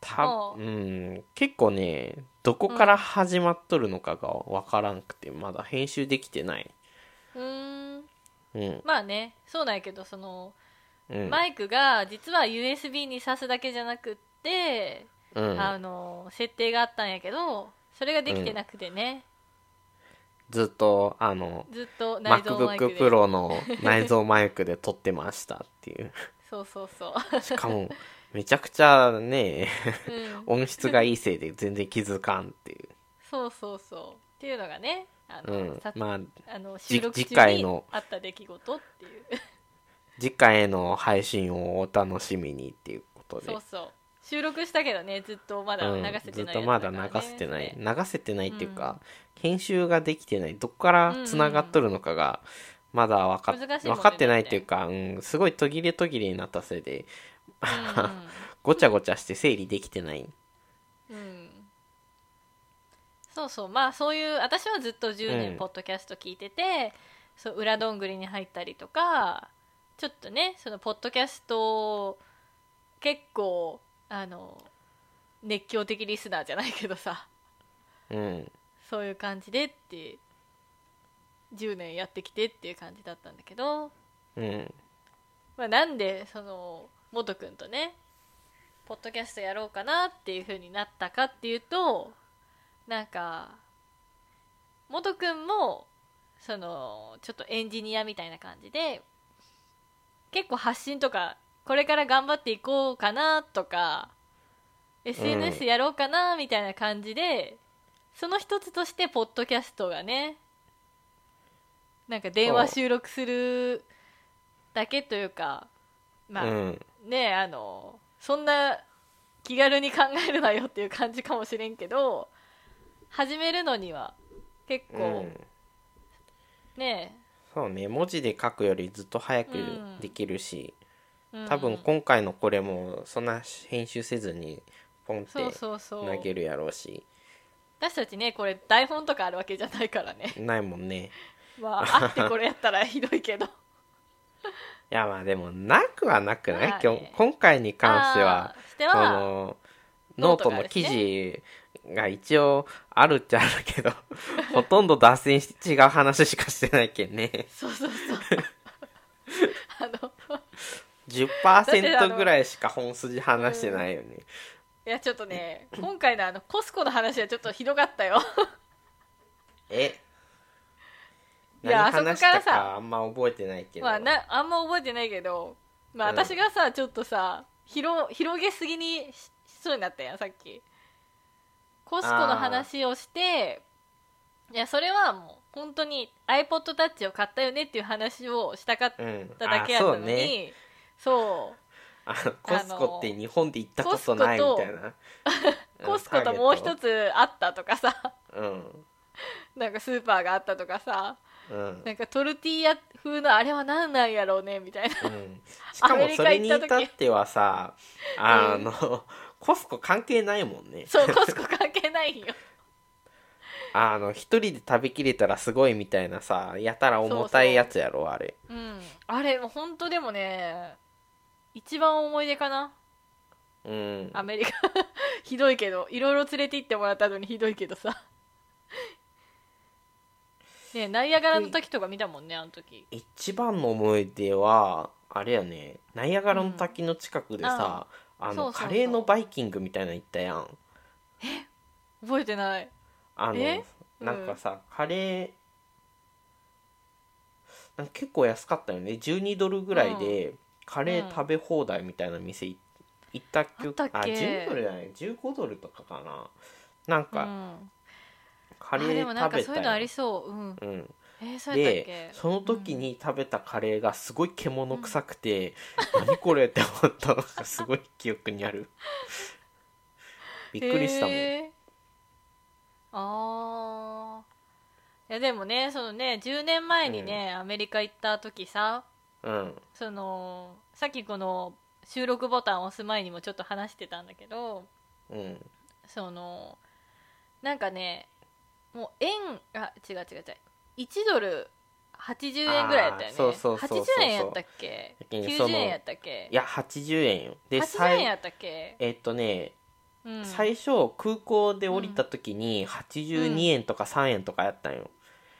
Speaker 2: た
Speaker 1: あー
Speaker 2: うん結構ねどこから始まっとるのかがわからんくてまだ編集できてない。
Speaker 1: うーん
Speaker 2: うん
Speaker 1: まあねそうなんやけどその
Speaker 2: うん
Speaker 1: マイクが実は USB に挿すだけじゃなくって
Speaker 2: うん、
Speaker 1: あの設定があったんやけどそれができてなくてね
Speaker 2: ずっとあの
Speaker 1: ずっと内蔵マイク
Speaker 2: MacBook
Speaker 1: で
Speaker 2: Pro の内蔵マイクで撮ってましたっていう。
Speaker 1: そうそう
Speaker 2: <laughs>
Speaker 1: そう
Speaker 2: しかも、めちゃくちゃね、
Speaker 1: うん
Speaker 2: 音質がいいせいで全然気づかんっていう。
Speaker 1: そうそうそうっていうのがねあ
Speaker 2: う
Speaker 1: の、
Speaker 2: ん
Speaker 1: さ。
Speaker 2: まあ、
Speaker 1: あの
Speaker 2: じ
Speaker 1: 収録
Speaker 2: 次
Speaker 1: 中
Speaker 2: 回
Speaker 1: に
Speaker 2: の
Speaker 1: あった出来事っていう
Speaker 2: 次回の配信をお楽しみにっていうことで。
Speaker 1: そうそう収録したけどねずっとまだ
Speaker 2: う
Speaker 1: 流
Speaker 2: ん
Speaker 1: せ
Speaker 2: ず
Speaker 1: て
Speaker 2: っ
Speaker 1: ないやつだからね、
Speaker 2: とまだ流せてない。
Speaker 1: ね
Speaker 2: 流せてないっていうか、編集ができてない。どこからつながっとるのかが、まだ分か,、
Speaker 1: 難しいも
Speaker 2: 分
Speaker 1: んね
Speaker 2: かってないっていうか、うん、すごい途切れ途切れになったせいで、 <laughs> ごちゃごちゃして整理できてない。
Speaker 1: うん、うんそうそうまあそういう私はずっと10
Speaker 2: う
Speaker 1: 年
Speaker 2: ん
Speaker 1: ポッドキャスト聞いてて、そう裏どんぐりに入ったりとかちょっとねそのポッドキャスト結構あの熱狂的リスナーじゃないけどさ
Speaker 2: うん。
Speaker 1: そういう感じでって10年やってきてっていう感じだったんだけど、
Speaker 2: うん。
Speaker 1: まあ、なんでその元くんとねポッドキャストやろうかなっていう風になったかっていうとなんか元くんもそのちょっとエンジニアみたいな感じで結構発信とかこれから頑張っていこうかなとか SNS やろうかなみたいな感じで、その一つとしてポッドキャストがねなんか電話収録するだけというかまあ、
Speaker 2: うん
Speaker 1: ねあのそんな気軽に考えるなよっていう感じかもしれんけど始めるのには結
Speaker 2: う
Speaker 1: 構
Speaker 2: ん
Speaker 1: ね、
Speaker 2: そうね文字で書くよりずっと早く
Speaker 1: うん
Speaker 2: できるし、
Speaker 1: うん
Speaker 2: 多分今回のこれもそんな編集せずにポンって
Speaker 1: そうそうそう
Speaker 2: 投げるやろうし
Speaker 1: 私たちねこれ台本とかあるわけじゃないか
Speaker 2: <laughs>
Speaker 1: らね
Speaker 2: ないもんね
Speaker 1: まああってこれやったらひどいけど
Speaker 2: いやまあでもなくはなくない、
Speaker 1: まあね
Speaker 2: 今日今回に関しては
Speaker 1: あーして
Speaker 2: そ
Speaker 1: は
Speaker 2: のノ
Speaker 1: ノ
Speaker 2: ー
Speaker 1: ー
Speaker 2: ト
Speaker 1: ト
Speaker 2: の
Speaker 1: が
Speaker 2: 記
Speaker 1: ですね
Speaker 2: 事が一応あるっちゃあるけど
Speaker 1: <laughs>
Speaker 2: ほとんど脱線して違う話しかしてないけんね
Speaker 1: そうそうそうあのってあ
Speaker 2: 10%
Speaker 1: の
Speaker 2: ぐらいしか本筋話してないよね、
Speaker 1: いやちょっとね今回のあのコスコの話はちょっとひどかったよ
Speaker 2: え
Speaker 1: いや
Speaker 2: 何話
Speaker 1: あそこから
Speaker 2: した
Speaker 1: さ
Speaker 2: あんま覚えてないけど、
Speaker 1: まあなあんま覚えてないけどまあ
Speaker 2: うん
Speaker 1: 私がさ、ちょっとさ広広げすぎにししそうになったやんさっきコスコの話をしていやそれはもう本当に iPodTouch を買ったよねっていう話をしたかっ
Speaker 2: うん
Speaker 1: ただけやっ
Speaker 2: あ
Speaker 1: た
Speaker 2: そう
Speaker 1: のに、
Speaker 2: ね
Speaker 1: そう
Speaker 2: あのコスコって日本で行ったことないみ
Speaker 1: コス
Speaker 2: た
Speaker 1: コと
Speaker 2: いな
Speaker 1: コスコともう一
Speaker 2: つ
Speaker 1: つあったとかさ <laughs>
Speaker 2: うん
Speaker 1: なんかスーパーがあったとかさ
Speaker 2: うん
Speaker 1: なんかトルティーヤ風のあれは何なんやろうねみたいな
Speaker 2: うんしかもそれに至ってはさあ
Speaker 1: アメ
Speaker 2: の、コスコ関係ないもんね
Speaker 1: そうコスコ関係ないよ
Speaker 2: あの一人で食べきれたらすごいみたいなさやたら重たいやつやろあれ
Speaker 1: うんあれ本当でもね一番思い出かな
Speaker 2: うん
Speaker 1: アメリカ <laughs> ひどいけどいろいろ連れて行ってもらったのにひどいけどさねナイアガラの時とか見たもんねあの時
Speaker 2: 一番の思い出はあれやねナイアガラの滝の近くでさ、あ
Speaker 1: そ
Speaker 2: の
Speaker 1: うそうそう
Speaker 2: カレーのバイキングみたいなの行ったやん
Speaker 1: 覚えてない
Speaker 2: あの
Speaker 1: え
Speaker 2: なんかさ、カレーなんか結構安かったよね12ドルぐらいでカレー食べ放題みたいな店い行った記憶
Speaker 1: あったっけ
Speaker 2: 12ドルじゃない15ドルとかかななん
Speaker 1: う
Speaker 2: か
Speaker 1: ん、
Speaker 2: カ
Speaker 1: あ
Speaker 2: レ
Speaker 1: で
Speaker 2: ー
Speaker 1: もなん
Speaker 2: 食
Speaker 1: か
Speaker 2: べ
Speaker 1: そ
Speaker 2: た
Speaker 1: ういうのあ
Speaker 2: よ
Speaker 1: りそううん
Speaker 2: うん、
Speaker 1: えー、そうやったっ
Speaker 2: で
Speaker 1: け
Speaker 2: その時に食べたカレーがすごい獣臭くて、何これって思ったのがすごい記憶にあ
Speaker 1: <laughs>
Speaker 2: るびっくりしたもん、
Speaker 1: へーあーいやでもねそのね10年前にね、アメリカ行った時さ
Speaker 2: うん
Speaker 1: そのさっきこの収録ボタンを押す前にもちょっと話してたんだけど
Speaker 2: うん
Speaker 1: そのなんかねもう円あ違う違う違う1ドル80円ぐらいだった
Speaker 2: あー
Speaker 1: よね
Speaker 2: そうそうそうそう
Speaker 1: 80円やったっけ
Speaker 2: だけどその
Speaker 1: 90円やったっけ
Speaker 2: いや80円よで
Speaker 1: 80円や
Speaker 2: 最
Speaker 1: ったっけ、
Speaker 2: えっとね、
Speaker 1: うん、
Speaker 2: 最初空港で降りた時に82円とか3円とかやったんよ、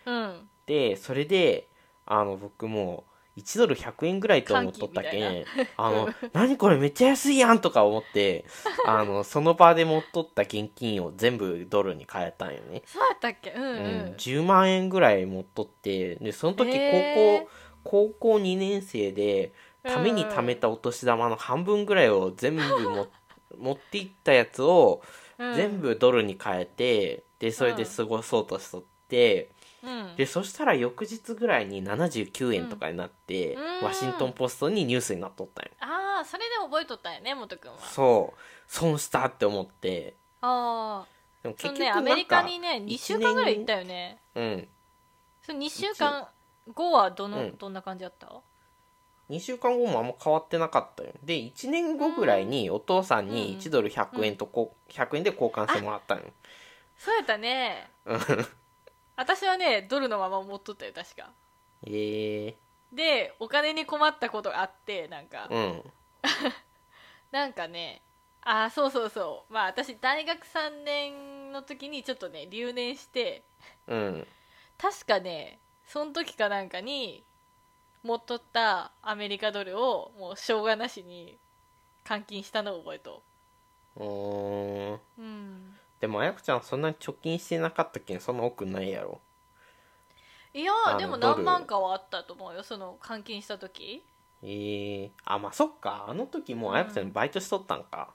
Speaker 1: うん
Speaker 2: でそれであの僕もう1ドル100円ぐらいと思っとったけん
Speaker 1: 歓
Speaker 2: あの何これめっちゃ安いやんとか思ってあのその場で持っとった現金を全部ドルに変えたんよね、
Speaker 1: そうやったっけうん
Speaker 2: う
Speaker 1: うんん、
Speaker 2: 10万円ぐらい持っとってでその時高校、
Speaker 1: へー
Speaker 2: 高校2年生でために貯めたお年玉の半分ぐらいを全部
Speaker 1: <laughs>
Speaker 2: も持っていったやつを
Speaker 1: うん
Speaker 2: 全部ドルに変えてでそれで過ごそうとしとって。
Speaker 1: うん
Speaker 2: でそしたら翌日ぐらいに79円とかになって、
Speaker 1: うん
Speaker 2: ワシントン・ポストにニュースになっとったんよ
Speaker 1: ああそれで覚えとったんやね元くんは
Speaker 2: そう損したって思って
Speaker 1: ああ
Speaker 2: でも結
Speaker 1: その
Speaker 2: 局
Speaker 1: ね
Speaker 2: な
Speaker 1: ア
Speaker 2: んか
Speaker 1: メリカにね2週間ぐらい行ったよね
Speaker 2: うん
Speaker 1: その2週間後はどの、
Speaker 2: うん
Speaker 1: どんな感じだった
Speaker 2: 2週間後もあんま変わってなかったよで1年後ぐらいにお父さんに
Speaker 1: うん
Speaker 2: 1ドル100円とこ、100円で交換してもらったんよ
Speaker 1: そうやったね
Speaker 2: うん
Speaker 1: 私はねドルのまま持っとったよ確か
Speaker 2: ええ
Speaker 1: でお金に困ったことがあってなんか、
Speaker 2: うん
Speaker 1: なんかねああそうそうそうまあ私大学3年の時にちょっとね留年して
Speaker 2: うん
Speaker 1: 確かねその時かなんかに持っとったアメリカドルをもうしょうがなしに換金したのを覚えと
Speaker 2: うーん
Speaker 1: ううん
Speaker 2: でもあやこちゃんそんなに貯金してなかったけんそんな多くないやろ
Speaker 1: いや
Speaker 2: あの
Speaker 1: でも
Speaker 2: ドル
Speaker 1: 何万かはあったと思うよその換金した時
Speaker 2: えー、あまあそっかあの時もうあやこちゃんバイトしとったんか、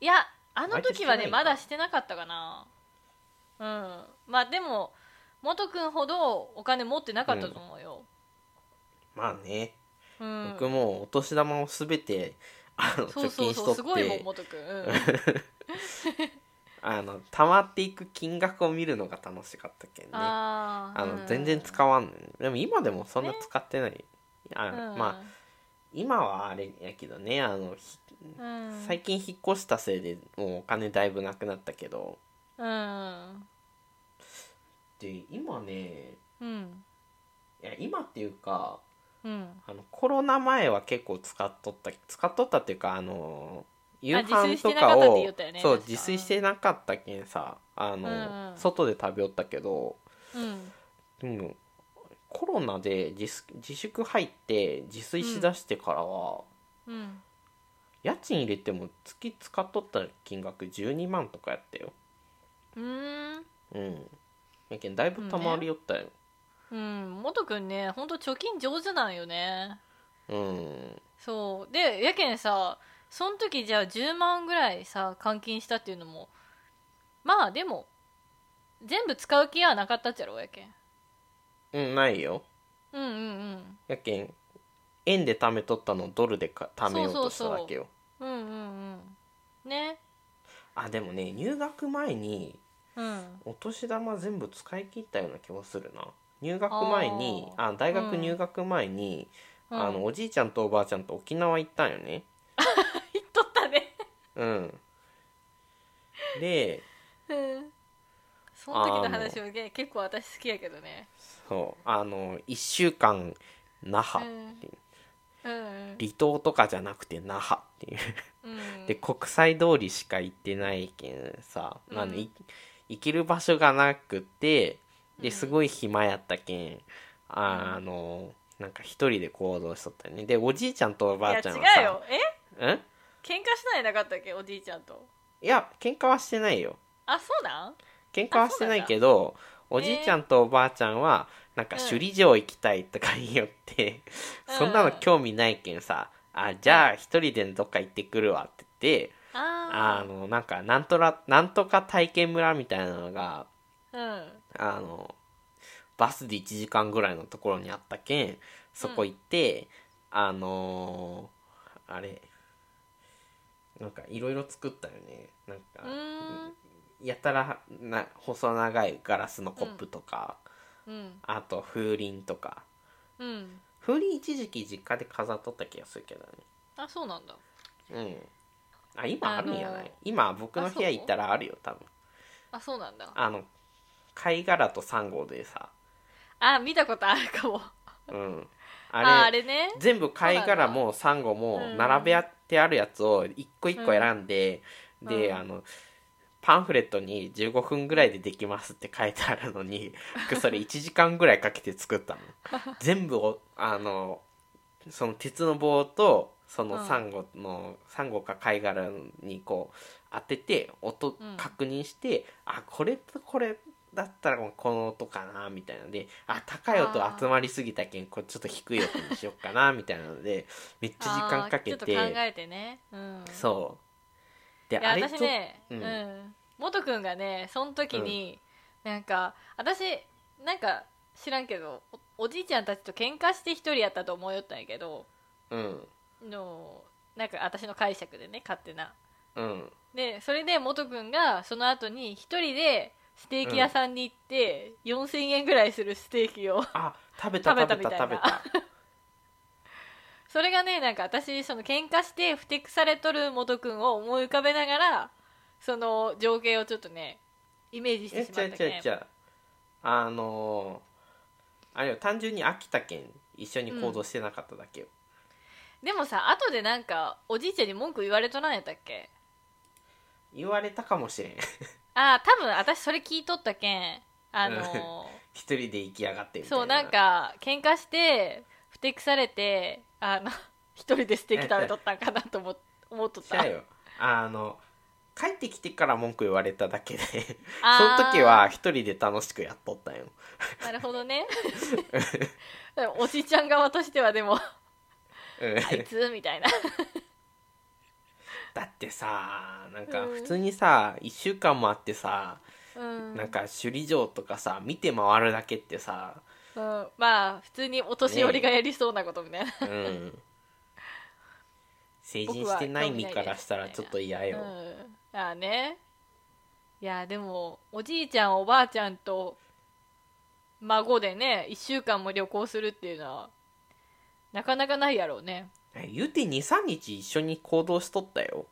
Speaker 1: いやあの時はね
Speaker 2: バイ
Speaker 1: ま
Speaker 2: ト
Speaker 1: だしてなかったかなうんまあでも元君ほどお金持ってなかったと思うよ、
Speaker 2: まあね、
Speaker 1: うん
Speaker 2: 僕もうお年玉をすべてあの
Speaker 1: そう
Speaker 2: 貯
Speaker 1: そう
Speaker 2: 金し
Speaker 1: そ
Speaker 2: と
Speaker 1: う
Speaker 2: っ
Speaker 1: すごいもん
Speaker 2: て
Speaker 1: 元君、
Speaker 2: <laughs>
Speaker 1: うん、
Speaker 2: あの溜まっていく金額を見るのが楽しかったけんねあ
Speaker 1: あー
Speaker 2: の、全然使わんのよでも今でもそんな使ってない、あ
Speaker 1: うん
Speaker 2: まあ今はあれやけどねあのひ
Speaker 1: うん
Speaker 2: 最近引っ越したせいでもうお金だいぶなくなったけど
Speaker 1: うん
Speaker 2: で今ね
Speaker 1: うん
Speaker 2: いや今っていうか
Speaker 1: うん
Speaker 2: あのコロナ前は結構使っとった使っとったっていうかあの夕
Speaker 1: あ
Speaker 2: 飯
Speaker 1: 自炊して
Speaker 2: と
Speaker 1: なか
Speaker 2: か
Speaker 1: ったっ
Speaker 2: を
Speaker 1: て言ったよね
Speaker 2: そう
Speaker 1: 確か
Speaker 2: 自炊してなかったけんさあの、
Speaker 1: うんうん
Speaker 2: 外で食べよったけど
Speaker 1: うん
Speaker 2: でもコロナで自す自粛入って自炊しだしてからは、
Speaker 1: うん
Speaker 2: 家賃入れても月使っとった金額12万とかやったよ
Speaker 1: うーん
Speaker 2: うんやけんだいぶたまりよったよ、
Speaker 1: うん元君ねほんと貯金上手なんよね
Speaker 2: うん
Speaker 1: そうでやけんさその時じゃあ10万ぐらいさ換金したっていうのもまあでも全部使う気はなかったっちゃろやけん
Speaker 2: うんないよ
Speaker 1: うんうん
Speaker 2: やけん円で貯めとったのをドルでか貯めようとしただけよ
Speaker 1: そうそうそううんうんうんうんね
Speaker 2: あでもね入学前に
Speaker 1: うん
Speaker 2: お年玉全部使い切ったような気もするな入学前にあ大学
Speaker 1: うん
Speaker 2: 入学前に、
Speaker 1: うん
Speaker 2: あのおじいちゃんとおばあちゃんと沖縄行ったんよね
Speaker 1: 言っとったね
Speaker 2: うんで
Speaker 1: うんその時の話はね結構私好きやけどね
Speaker 2: そうあの1週間那
Speaker 1: う
Speaker 2: 覇、
Speaker 1: んうん
Speaker 2: 離島とかじゃなくて那覇っていう
Speaker 1: うん
Speaker 2: で国際通りしか行ってないけんさ、
Speaker 1: うん
Speaker 2: あのい行ける場所がなくて
Speaker 1: うん
Speaker 2: ですごい暇やったけん、ああのなんか一人で行動しとったよねでおじいちゃんとおばあちゃんはい
Speaker 1: や違う
Speaker 2: さ
Speaker 1: よえ
Speaker 2: うん
Speaker 1: 喧嘩しないなかったっけおじいちゃんと
Speaker 2: いや喧嘩はしてないよ
Speaker 1: あそうなん
Speaker 2: 喧嘩はしてないけどおじいちゃんとおばあちゃんはなんか
Speaker 1: うん
Speaker 2: 首里城行きたいとか言いよって、
Speaker 1: うん
Speaker 2: そんなの興味ないけんさあじゃあ一人でどっか行ってくるわって言ってあ
Speaker 1: あ
Speaker 2: のなんかなんとらなんとか体験村みたいなのが
Speaker 1: あうん
Speaker 2: あのバスで1時間ぐらいのところにあったけんそこ行って、あのーあれなんかいろいろ作ったよねなん
Speaker 1: う
Speaker 2: か
Speaker 1: ーん
Speaker 2: やたらな細長いガラスのコップとか、
Speaker 1: うん
Speaker 2: あと風鈴とか
Speaker 1: うん
Speaker 2: 風鈴一時期実家で飾っとった気がするけどね
Speaker 1: あそうなんだ
Speaker 2: うんあ今あるんやな
Speaker 1: あのー
Speaker 2: い今僕の部屋行ったらあるよ多分
Speaker 1: あそうなんだ
Speaker 2: あの貝殻とサンゴでさ、
Speaker 1: あ見たことあるかも
Speaker 2: うん、
Speaker 1: あ
Speaker 2: あ
Speaker 1: あ
Speaker 2: れ
Speaker 1: れあれね
Speaker 2: 全部貝殻もサンゴも
Speaker 1: うん
Speaker 2: 並べてあるやつを一個一個選んで、
Speaker 1: うん
Speaker 2: で、
Speaker 1: うん
Speaker 2: あのパンフレットに15分ぐらいでできますって書いてあるの
Speaker 1: <laughs>
Speaker 2: に僕それ1時間ぐらいかけて作ったの全部をあのその鉄の棒とそうの
Speaker 1: ん
Speaker 2: サンゴの、サンゴか貝殻にこう当てて音
Speaker 1: うん
Speaker 2: 確認して、あこれとこれだったらこの音かなみたいなのであ高い音
Speaker 1: あー
Speaker 2: 集まりすぎたけんこれちょっと低い音にしよっか
Speaker 1: <laughs>
Speaker 2: なみたいなのでめっちゃ時間かけ
Speaker 1: あーちょっと考
Speaker 2: て
Speaker 1: えてねうん
Speaker 2: そうで
Speaker 1: いや
Speaker 2: あれち
Speaker 1: 私
Speaker 2: ょ
Speaker 1: ね
Speaker 2: う
Speaker 1: うんん元くんがねその時になんか私なんか知らんけどおおじいちゃんたちと喧嘩して一人やったと思いよったんやけど
Speaker 2: うん
Speaker 1: のなんか私の解釈でね勝手な
Speaker 2: うん
Speaker 1: でそれで元くんがその後に一人でステーキ屋さんに行って、4000円ぐらいするステーキを
Speaker 2: あ食べた食
Speaker 1: 食
Speaker 2: べ
Speaker 1: べ
Speaker 2: た
Speaker 1: た
Speaker 2: 食べ
Speaker 1: み
Speaker 2: た
Speaker 1: それがねなんか私その喧嘩してふてくされとる元くんを思い浮かべながらその情景をちょっとねイメージして
Speaker 2: え
Speaker 1: し
Speaker 2: ち
Speaker 1: ま
Speaker 2: ゃ
Speaker 1: っ
Speaker 2: う
Speaker 1: た
Speaker 2: ちゃう
Speaker 1: ね
Speaker 2: ちゃうあのーあれよ単純に秋田県一緒に行動してなかっただけよ、
Speaker 1: でもさ後でなんかおじいちゃんに文句言われとらんやったっけ
Speaker 2: 言われたかもしれん <laughs>
Speaker 1: ああ多分私それ聞いとったけんあのー
Speaker 2: 一人で行きやがってみたいな
Speaker 1: <laughs> そうなんか喧嘩してふてくされてあの一人でステーキ食べとったんかなと思っ思っとっ
Speaker 2: した
Speaker 1: た
Speaker 2: よあの帰ってきてから文句言われただけでそ
Speaker 1: あ
Speaker 2: の
Speaker 1: ー
Speaker 2: 時は一人で楽しくやっとったんよ
Speaker 1: なるほ
Speaker 2: <laughs>
Speaker 1: どね <laughs> でもおじちゃん側としてはでも
Speaker 2: うん
Speaker 1: あいつみたいな
Speaker 2: だってさなんか
Speaker 1: うん
Speaker 2: 普通にさ1週間もあってさ
Speaker 1: う
Speaker 2: <laughs>
Speaker 1: ん
Speaker 2: なんか首里城とかさ見て回るだけってさ
Speaker 1: うん、まあ普通にお年寄りがやりそうなことみたいな、
Speaker 2: うん
Speaker 1: <laughs>
Speaker 2: 成人してない身からしたらちょっと嫌よ、
Speaker 1: うん、ああねいやでもおじいちゃんおばあちゃんと孫でね1週間も旅行するっていうのはなかなかないやろうね
Speaker 2: 言うて23日一緒に行動しとったよ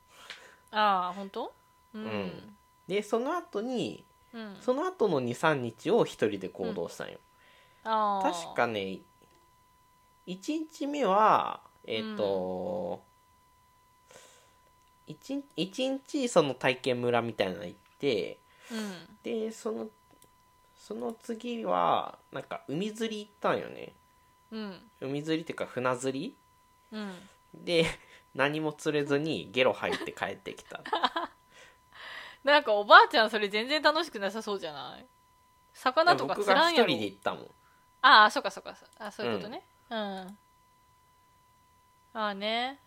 Speaker 1: ああ本当うん
Speaker 2: んでその後に
Speaker 1: うん
Speaker 2: その後の23日を一人で行動したんよ、
Speaker 1: ああ
Speaker 2: 確かね1日目はえっ、と、一日一日その体験村みたいなの行って
Speaker 1: うん
Speaker 2: でそのその次はなんか海釣り行ったんよね
Speaker 1: うん
Speaker 2: 海釣りっていうか船釣り
Speaker 1: うん
Speaker 2: で何も釣れずにゲロ入って帰ってき
Speaker 1: <laughs>
Speaker 2: た
Speaker 1: なんかおばあちゃんそれ全然楽しくなさそうじゃない魚とか
Speaker 2: 僕
Speaker 1: 釣ら
Speaker 2: が
Speaker 1: ん
Speaker 2: 一
Speaker 1: や
Speaker 2: 人
Speaker 1: ろ
Speaker 2: で行ったもん
Speaker 1: ああそうかそうかあそういうことねうん、ああね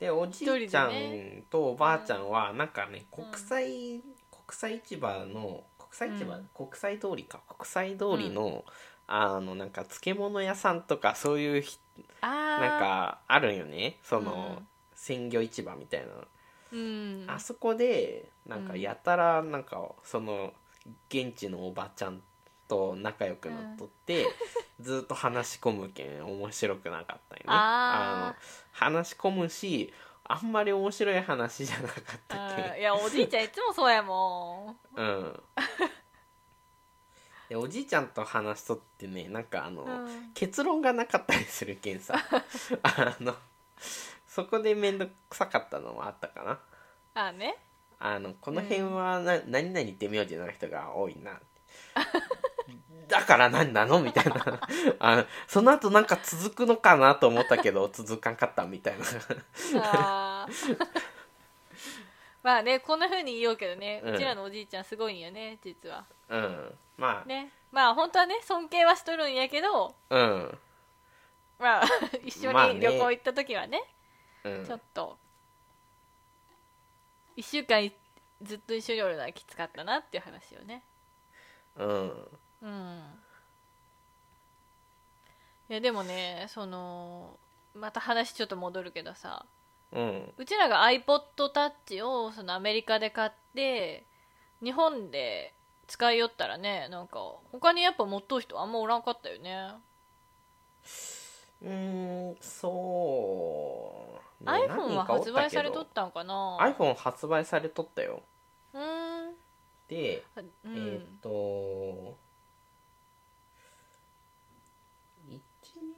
Speaker 2: でおじいちゃ
Speaker 1: 一人で
Speaker 2: んとおばあちゃんはなんかね国際、国際市場の国際市場、
Speaker 1: うん
Speaker 2: 国際通りか国際通りの、あのなんか漬物屋さんとかそういうひ
Speaker 1: ああ
Speaker 2: なんかあるんよねその、
Speaker 1: うん
Speaker 2: 鮮魚市場みたいな、
Speaker 1: うん
Speaker 2: あそこでなんか
Speaker 1: うん
Speaker 2: やたらなんかその現地のおばちゃんと仲良くなっとって、 <laughs> ずっと話し込むけん面白くなかったよね。
Speaker 1: あー
Speaker 2: の話し込むしあんまり面白い話じゃなかった
Speaker 1: あー
Speaker 2: け
Speaker 1: いやおじいちゃんいつもそうやも
Speaker 2: ん。うん、でおじいちゃんと話しとってねなんかあの、
Speaker 1: ん、うん、
Speaker 2: 結論がなかったりするけん
Speaker 1: <laughs>
Speaker 2: さあのそこで面倒くさかったのはあったかな。
Speaker 1: あーね
Speaker 2: あのこの辺はな、何々言ってみようじゃない人が多いな <laughs> だから何なのみたいな <laughs> あのその後なんか続くのかなと思ったけ
Speaker 1: <laughs>
Speaker 2: ど続かんかったみたいな <laughs>
Speaker 1: あー <laughs> まあねこんな風に言おうけどね、
Speaker 2: う
Speaker 1: うんちらのおじいちゃんすごいんよね実は
Speaker 2: うんまあ、
Speaker 1: ねまあ本当はね尊敬はしとるんやけど
Speaker 2: うん、
Speaker 1: まあ <laughs> 一緒
Speaker 2: まあね
Speaker 1: に旅行行った時はね,、
Speaker 2: うん
Speaker 1: ちょっと1週間ずっと一緒におるのはきつかったなっていう話よね
Speaker 2: うん
Speaker 1: うんいやでもねそのまた話ちょっと戻るけどさ
Speaker 2: うん
Speaker 1: うちらが iPodTouch をそのアメリカで買って日本で使いよったらねなんか他にやっぱ持っとう人あんまおらんかったよね
Speaker 2: うーんそう、ね
Speaker 1: iPhone
Speaker 2: 何人
Speaker 1: は
Speaker 2: かおったけど
Speaker 1: 発売されとったんかな
Speaker 2: iPhone 発売されとったよ
Speaker 1: うーん
Speaker 2: で
Speaker 1: う
Speaker 2: えーっ
Speaker 1: ん
Speaker 2: と12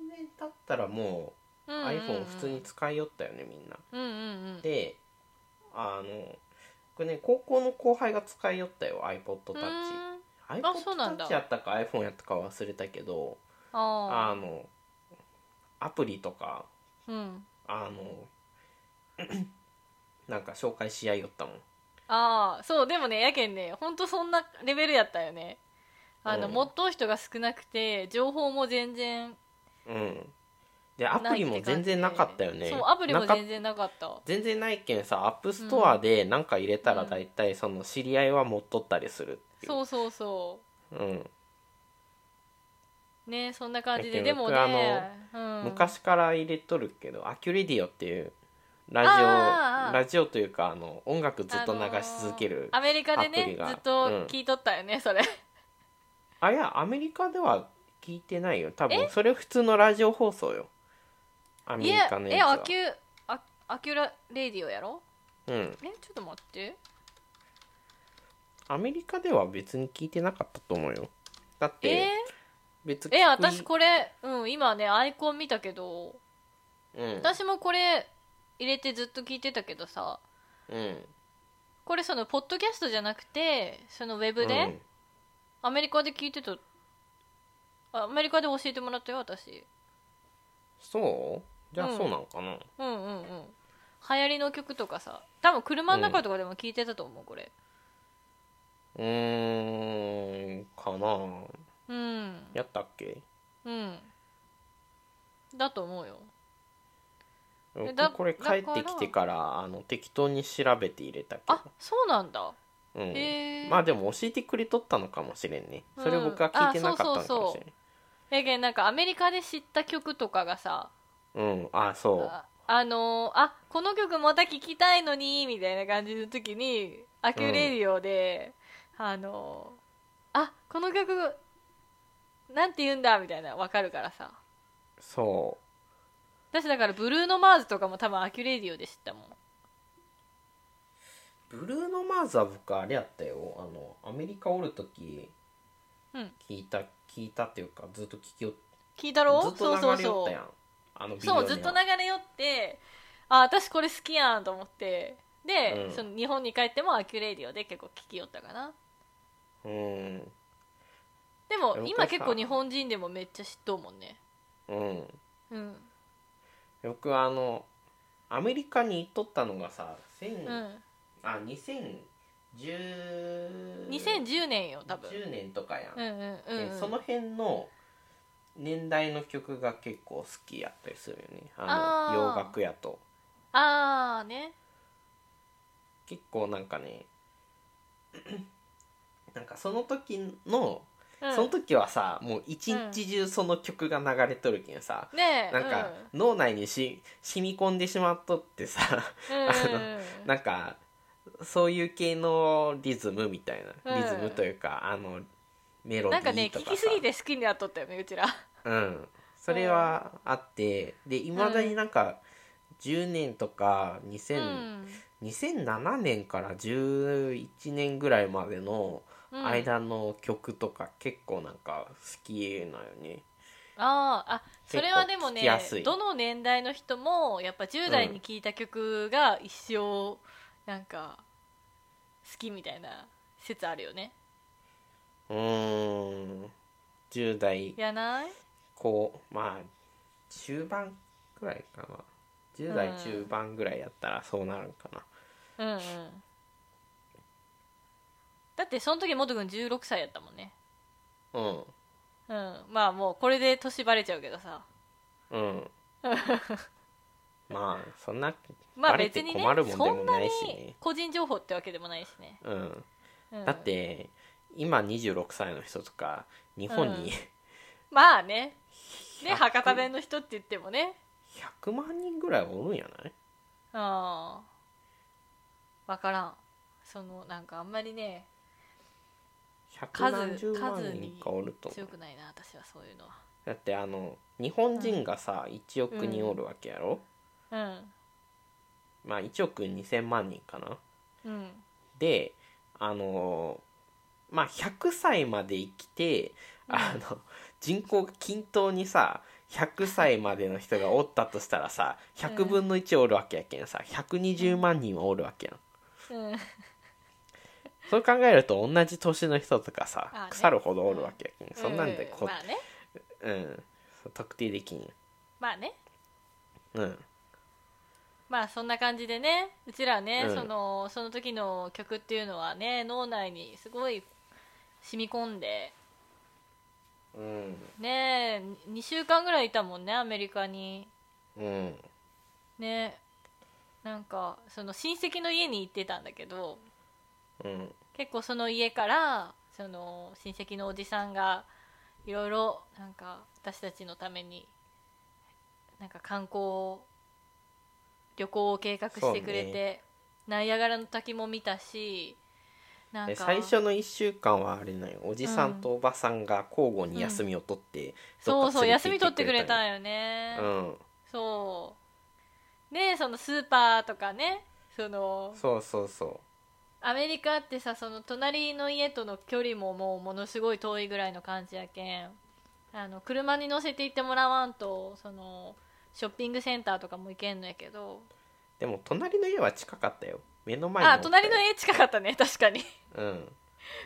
Speaker 2: 年経ったらも
Speaker 1: う
Speaker 2: う iPhone 普通に使いよったよねみんな。
Speaker 1: うんうんうん
Speaker 2: であの僕ね高校の後輩が使いよったよ iPodTouch。
Speaker 1: うんあそうなんだ
Speaker 2: iPodTouch やったか iPhone やったか忘れたけどあ
Speaker 1: あ
Speaker 2: のアプリとか
Speaker 1: ーうん
Speaker 2: あの <clears throat> なんか紹介し合いよったもん。
Speaker 1: あーそうでもねやけんねほんとそんなレベルやったよねあの、
Speaker 2: うん
Speaker 1: 持っとう人が少なくて情報も全然
Speaker 2: うん、でアプリも全然なかったよね。
Speaker 1: そうアプリも
Speaker 2: なかっ
Speaker 1: 全然なかった
Speaker 2: 全然ないけんさアップストアで何か入れたら
Speaker 1: うん
Speaker 2: 大体その知り合いは持っとったりするっていう
Speaker 1: そうそうそ
Speaker 2: うん
Speaker 1: うねそんな感じ
Speaker 2: だ
Speaker 1: で
Speaker 2: け
Speaker 1: で
Speaker 2: ど
Speaker 1: も
Speaker 2: 僕
Speaker 1: ね、うん、
Speaker 2: 昔から入れとるけどアキュレディオっていうラジ
Speaker 1: あーあ
Speaker 2: オ
Speaker 1: ー
Speaker 2: ラジオというかあの音楽ずっと流し続ける、
Speaker 1: あのーアメリカで
Speaker 2: アプリ
Speaker 1: ね
Speaker 2: が
Speaker 1: ずっと聞いとったよね、それ
Speaker 2: あいやアメリカでは聞いてないよ多分それ普通のラジオ放送よアメ
Speaker 1: い
Speaker 2: リ
Speaker 1: や
Speaker 2: カの
Speaker 1: え
Speaker 2: や
Speaker 1: ア
Speaker 2: つ
Speaker 1: キュアアキュラレディオやろ
Speaker 2: は、うん、
Speaker 1: えちょっと待って
Speaker 2: アメリカでは別に聞いてなかったと思うよだっ
Speaker 1: え
Speaker 2: て別
Speaker 1: ーえ私これ、うん、今ねアイコン見たけど
Speaker 2: れ、うん
Speaker 1: 私もこれ入れてずっと聞いてたけどさ
Speaker 2: うん、
Speaker 1: これそのポッドキャストじゃなくてそのウェブで、
Speaker 2: うん
Speaker 1: アメリカで聞いてたあアメリカで教えてもらったよ私
Speaker 2: そうじゃあ
Speaker 1: うん
Speaker 2: そうなのかな、
Speaker 1: うんうんうん流行りの曲とかさ多分車の中とかでも聴いてたと思うこれ
Speaker 2: うーんかな
Speaker 1: うん
Speaker 2: やったっけ
Speaker 1: うんだと思うよえだ
Speaker 2: 僕これ帰ってきてからあの適当に調べて入れたけ
Speaker 1: あそうなんだ
Speaker 2: ど、うん
Speaker 1: へえ
Speaker 2: まあでも教えてくれとったのかもしれんねそれ
Speaker 1: うん
Speaker 2: 僕は聞いてなかったのかもしれん
Speaker 1: えけんなんかアメリカで知った曲とかがさ
Speaker 2: うんあそう
Speaker 1: ああのーあこの曲また聴きたいのにみたいな感じの時にアキュレディオで、あのーあこの曲なんて言うんだみたいなわかるからさ
Speaker 2: そ
Speaker 1: 私だからブルーノ・マーズとかも多分アキュレディオで知ったもん
Speaker 2: うブルーノ・マーズは僕あれやったよあのアメリカおる時
Speaker 1: うん
Speaker 2: 聞いた聞いたっていうかずっと聞きよ
Speaker 1: 聞いたろ
Speaker 2: ずっと流れよ
Speaker 1: そ
Speaker 2: っ
Speaker 1: う
Speaker 2: た
Speaker 1: そう
Speaker 2: やんあのビデ
Speaker 1: そう
Speaker 2: オ
Speaker 1: そうずっと流
Speaker 2: ね
Speaker 1: れ寄ってあ私これ好きやんと思ってで、
Speaker 2: うん
Speaker 1: その日本に帰ってもアキュレディオで結構聴きよったかな
Speaker 2: うん
Speaker 1: でも
Speaker 2: でも
Speaker 1: 今
Speaker 2: これ
Speaker 1: 結
Speaker 2: さ
Speaker 1: 構日本人でもめっちゃ知っとうもんね
Speaker 2: うん
Speaker 1: うん
Speaker 2: 僕はあのアメリカに行っとったのがさ
Speaker 1: う
Speaker 2: 1000、
Speaker 1: ん
Speaker 2: あ2010
Speaker 1: 2010年よ多分
Speaker 2: 10年とかやん、
Speaker 1: うんうんうんうん
Speaker 2: でその辺の年代の曲が結構好きやったりするよね
Speaker 1: あ
Speaker 2: あ
Speaker 1: ー
Speaker 2: の洋楽やと
Speaker 1: ああね
Speaker 2: 結構なんかね <clears throat> なんかその時の、
Speaker 1: うん
Speaker 2: その時はさもう一日中その曲が流れとるけんさ、
Speaker 1: ねえ
Speaker 2: なんか脳内にし染み込んでしまっとってさ
Speaker 1: うんうんうんうん
Speaker 2: なんかそういう系のリズムみたいな、
Speaker 1: うん
Speaker 2: リズムというかあのメロデ
Speaker 1: な
Speaker 2: ィ
Speaker 1: んかね
Speaker 2: ーと
Speaker 1: 聞
Speaker 2: か
Speaker 1: き
Speaker 2: さ
Speaker 1: すぎて好きになっとったよねうちら
Speaker 2: うんそれはあってでいまだになんか10年とか
Speaker 1: う
Speaker 2: 2000、
Speaker 1: ん
Speaker 2: 2007年から11年ぐらいまでの
Speaker 1: うん
Speaker 2: 間の曲とか結構なんか好きなよね
Speaker 1: あーあそれはでも
Speaker 2: 結構聞き
Speaker 1: ね
Speaker 2: やすい
Speaker 1: どの年代の人もやっぱ10代に聴いた曲が一生なんか好きみたいな説あるよね
Speaker 2: うーん10代
Speaker 1: やない
Speaker 2: こうまあ中盤くらいかな10代
Speaker 1: うん
Speaker 2: 中盤ぐらいやったらそうなるんかな、
Speaker 1: うんうんだってその時元君16歳やったもんね
Speaker 2: うん
Speaker 1: うんまあもうこれで年バレちゃうけどさ <laughs>
Speaker 2: うん。まあそんな
Speaker 1: まあ
Speaker 2: バレ
Speaker 1: 別
Speaker 2: て
Speaker 1: にね
Speaker 2: 困るもんで
Speaker 1: そ
Speaker 2: も
Speaker 1: ん
Speaker 2: な
Speaker 1: ないに
Speaker 2: しね。
Speaker 1: 個人情報ってわけでもないしね、
Speaker 2: うん。
Speaker 1: うん
Speaker 2: だって今26歳の人とか日本に
Speaker 1: まあねね
Speaker 2: 100
Speaker 1: 博多弁の人って言ってもね
Speaker 2: 100万人ぐらいおるんやない？
Speaker 1: ああ分からんそのなんかあんまりね
Speaker 2: 100
Speaker 1: 数
Speaker 2: 何十万
Speaker 1: 数
Speaker 2: 人
Speaker 1: に
Speaker 2: かおると思
Speaker 1: 強
Speaker 2: う。
Speaker 1: くないな私はそういうのは
Speaker 2: だってあの日本人がさ1億人おるわけやろ。まあ1億2000万人かな。
Speaker 1: うんうん
Speaker 2: であのまあ100歳まで生きてあの、人口が均等にさ100歳までの人がおったとしたらさ100分の1おるわけやけんさ120万人はおるわけやん
Speaker 1: うん
Speaker 2: そう考えると同じ年の人とかさ、
Speaker 1: あね
Speaker 2: 腐るほどおるわけやけん、 <laughs> そんなん
Speaker 1: う
Speaker 2: でこ、
Speaker 1: まあね
Speaker 2: うんそう特定できんよ
Speaker 1: まあね
Speaker 2: うん
Speaker 1: まあそんな感じでねうちらはね、
Speaker 2: うん
Speaker 1: そのその時の曲っていうのはね脳内にすごい染み込んで
Speaker 2: うん
Speaker 1: ね2週間ぐらいいたもんねアメリカに
Speaker 2: うん
Speaker 1: ねなんかその親戚の家に行ってたんだけど
Speaker 2: うん
Speaker 1: 結構その家からその親戚のおじさんがいろいろなんか私たちのためになんか観光旅行を計画してくれ
Speaker 2: そう
Speaker 1: て、
Speaker 2: ね
Speaker 1: ナイアガラの滝も見たしなん
Speaker 2: え
Speaker 1: か
Speaker 2: 最初の1週間はあれなんよおじさんとおばさんが交互に休みを取って、
Speaker 1: そうそう休み取ってくれた
Speaker 2: んよ
Speaker 1: んよね、
Speaker 2: うん
Speaker 1: そうでそのスーパーとかねその
Speaker 2: そうそうそ
Speaker 1: アメリカってさその隣の家との距離ももうものすごい遠いぐらいの感じやけんあの車に乗せて行ってもらわんとそのショッピングセンターとかも行けんのやけ
Speaker 2: う
Speaker 1: ど
Speaker 2: でも隣の家は近かったよ目の前に
Speaker 1: あ隣の
Speaker 2: 家
Speaker 1: 家近かったね確かに <laughs>
Speaker 2: うん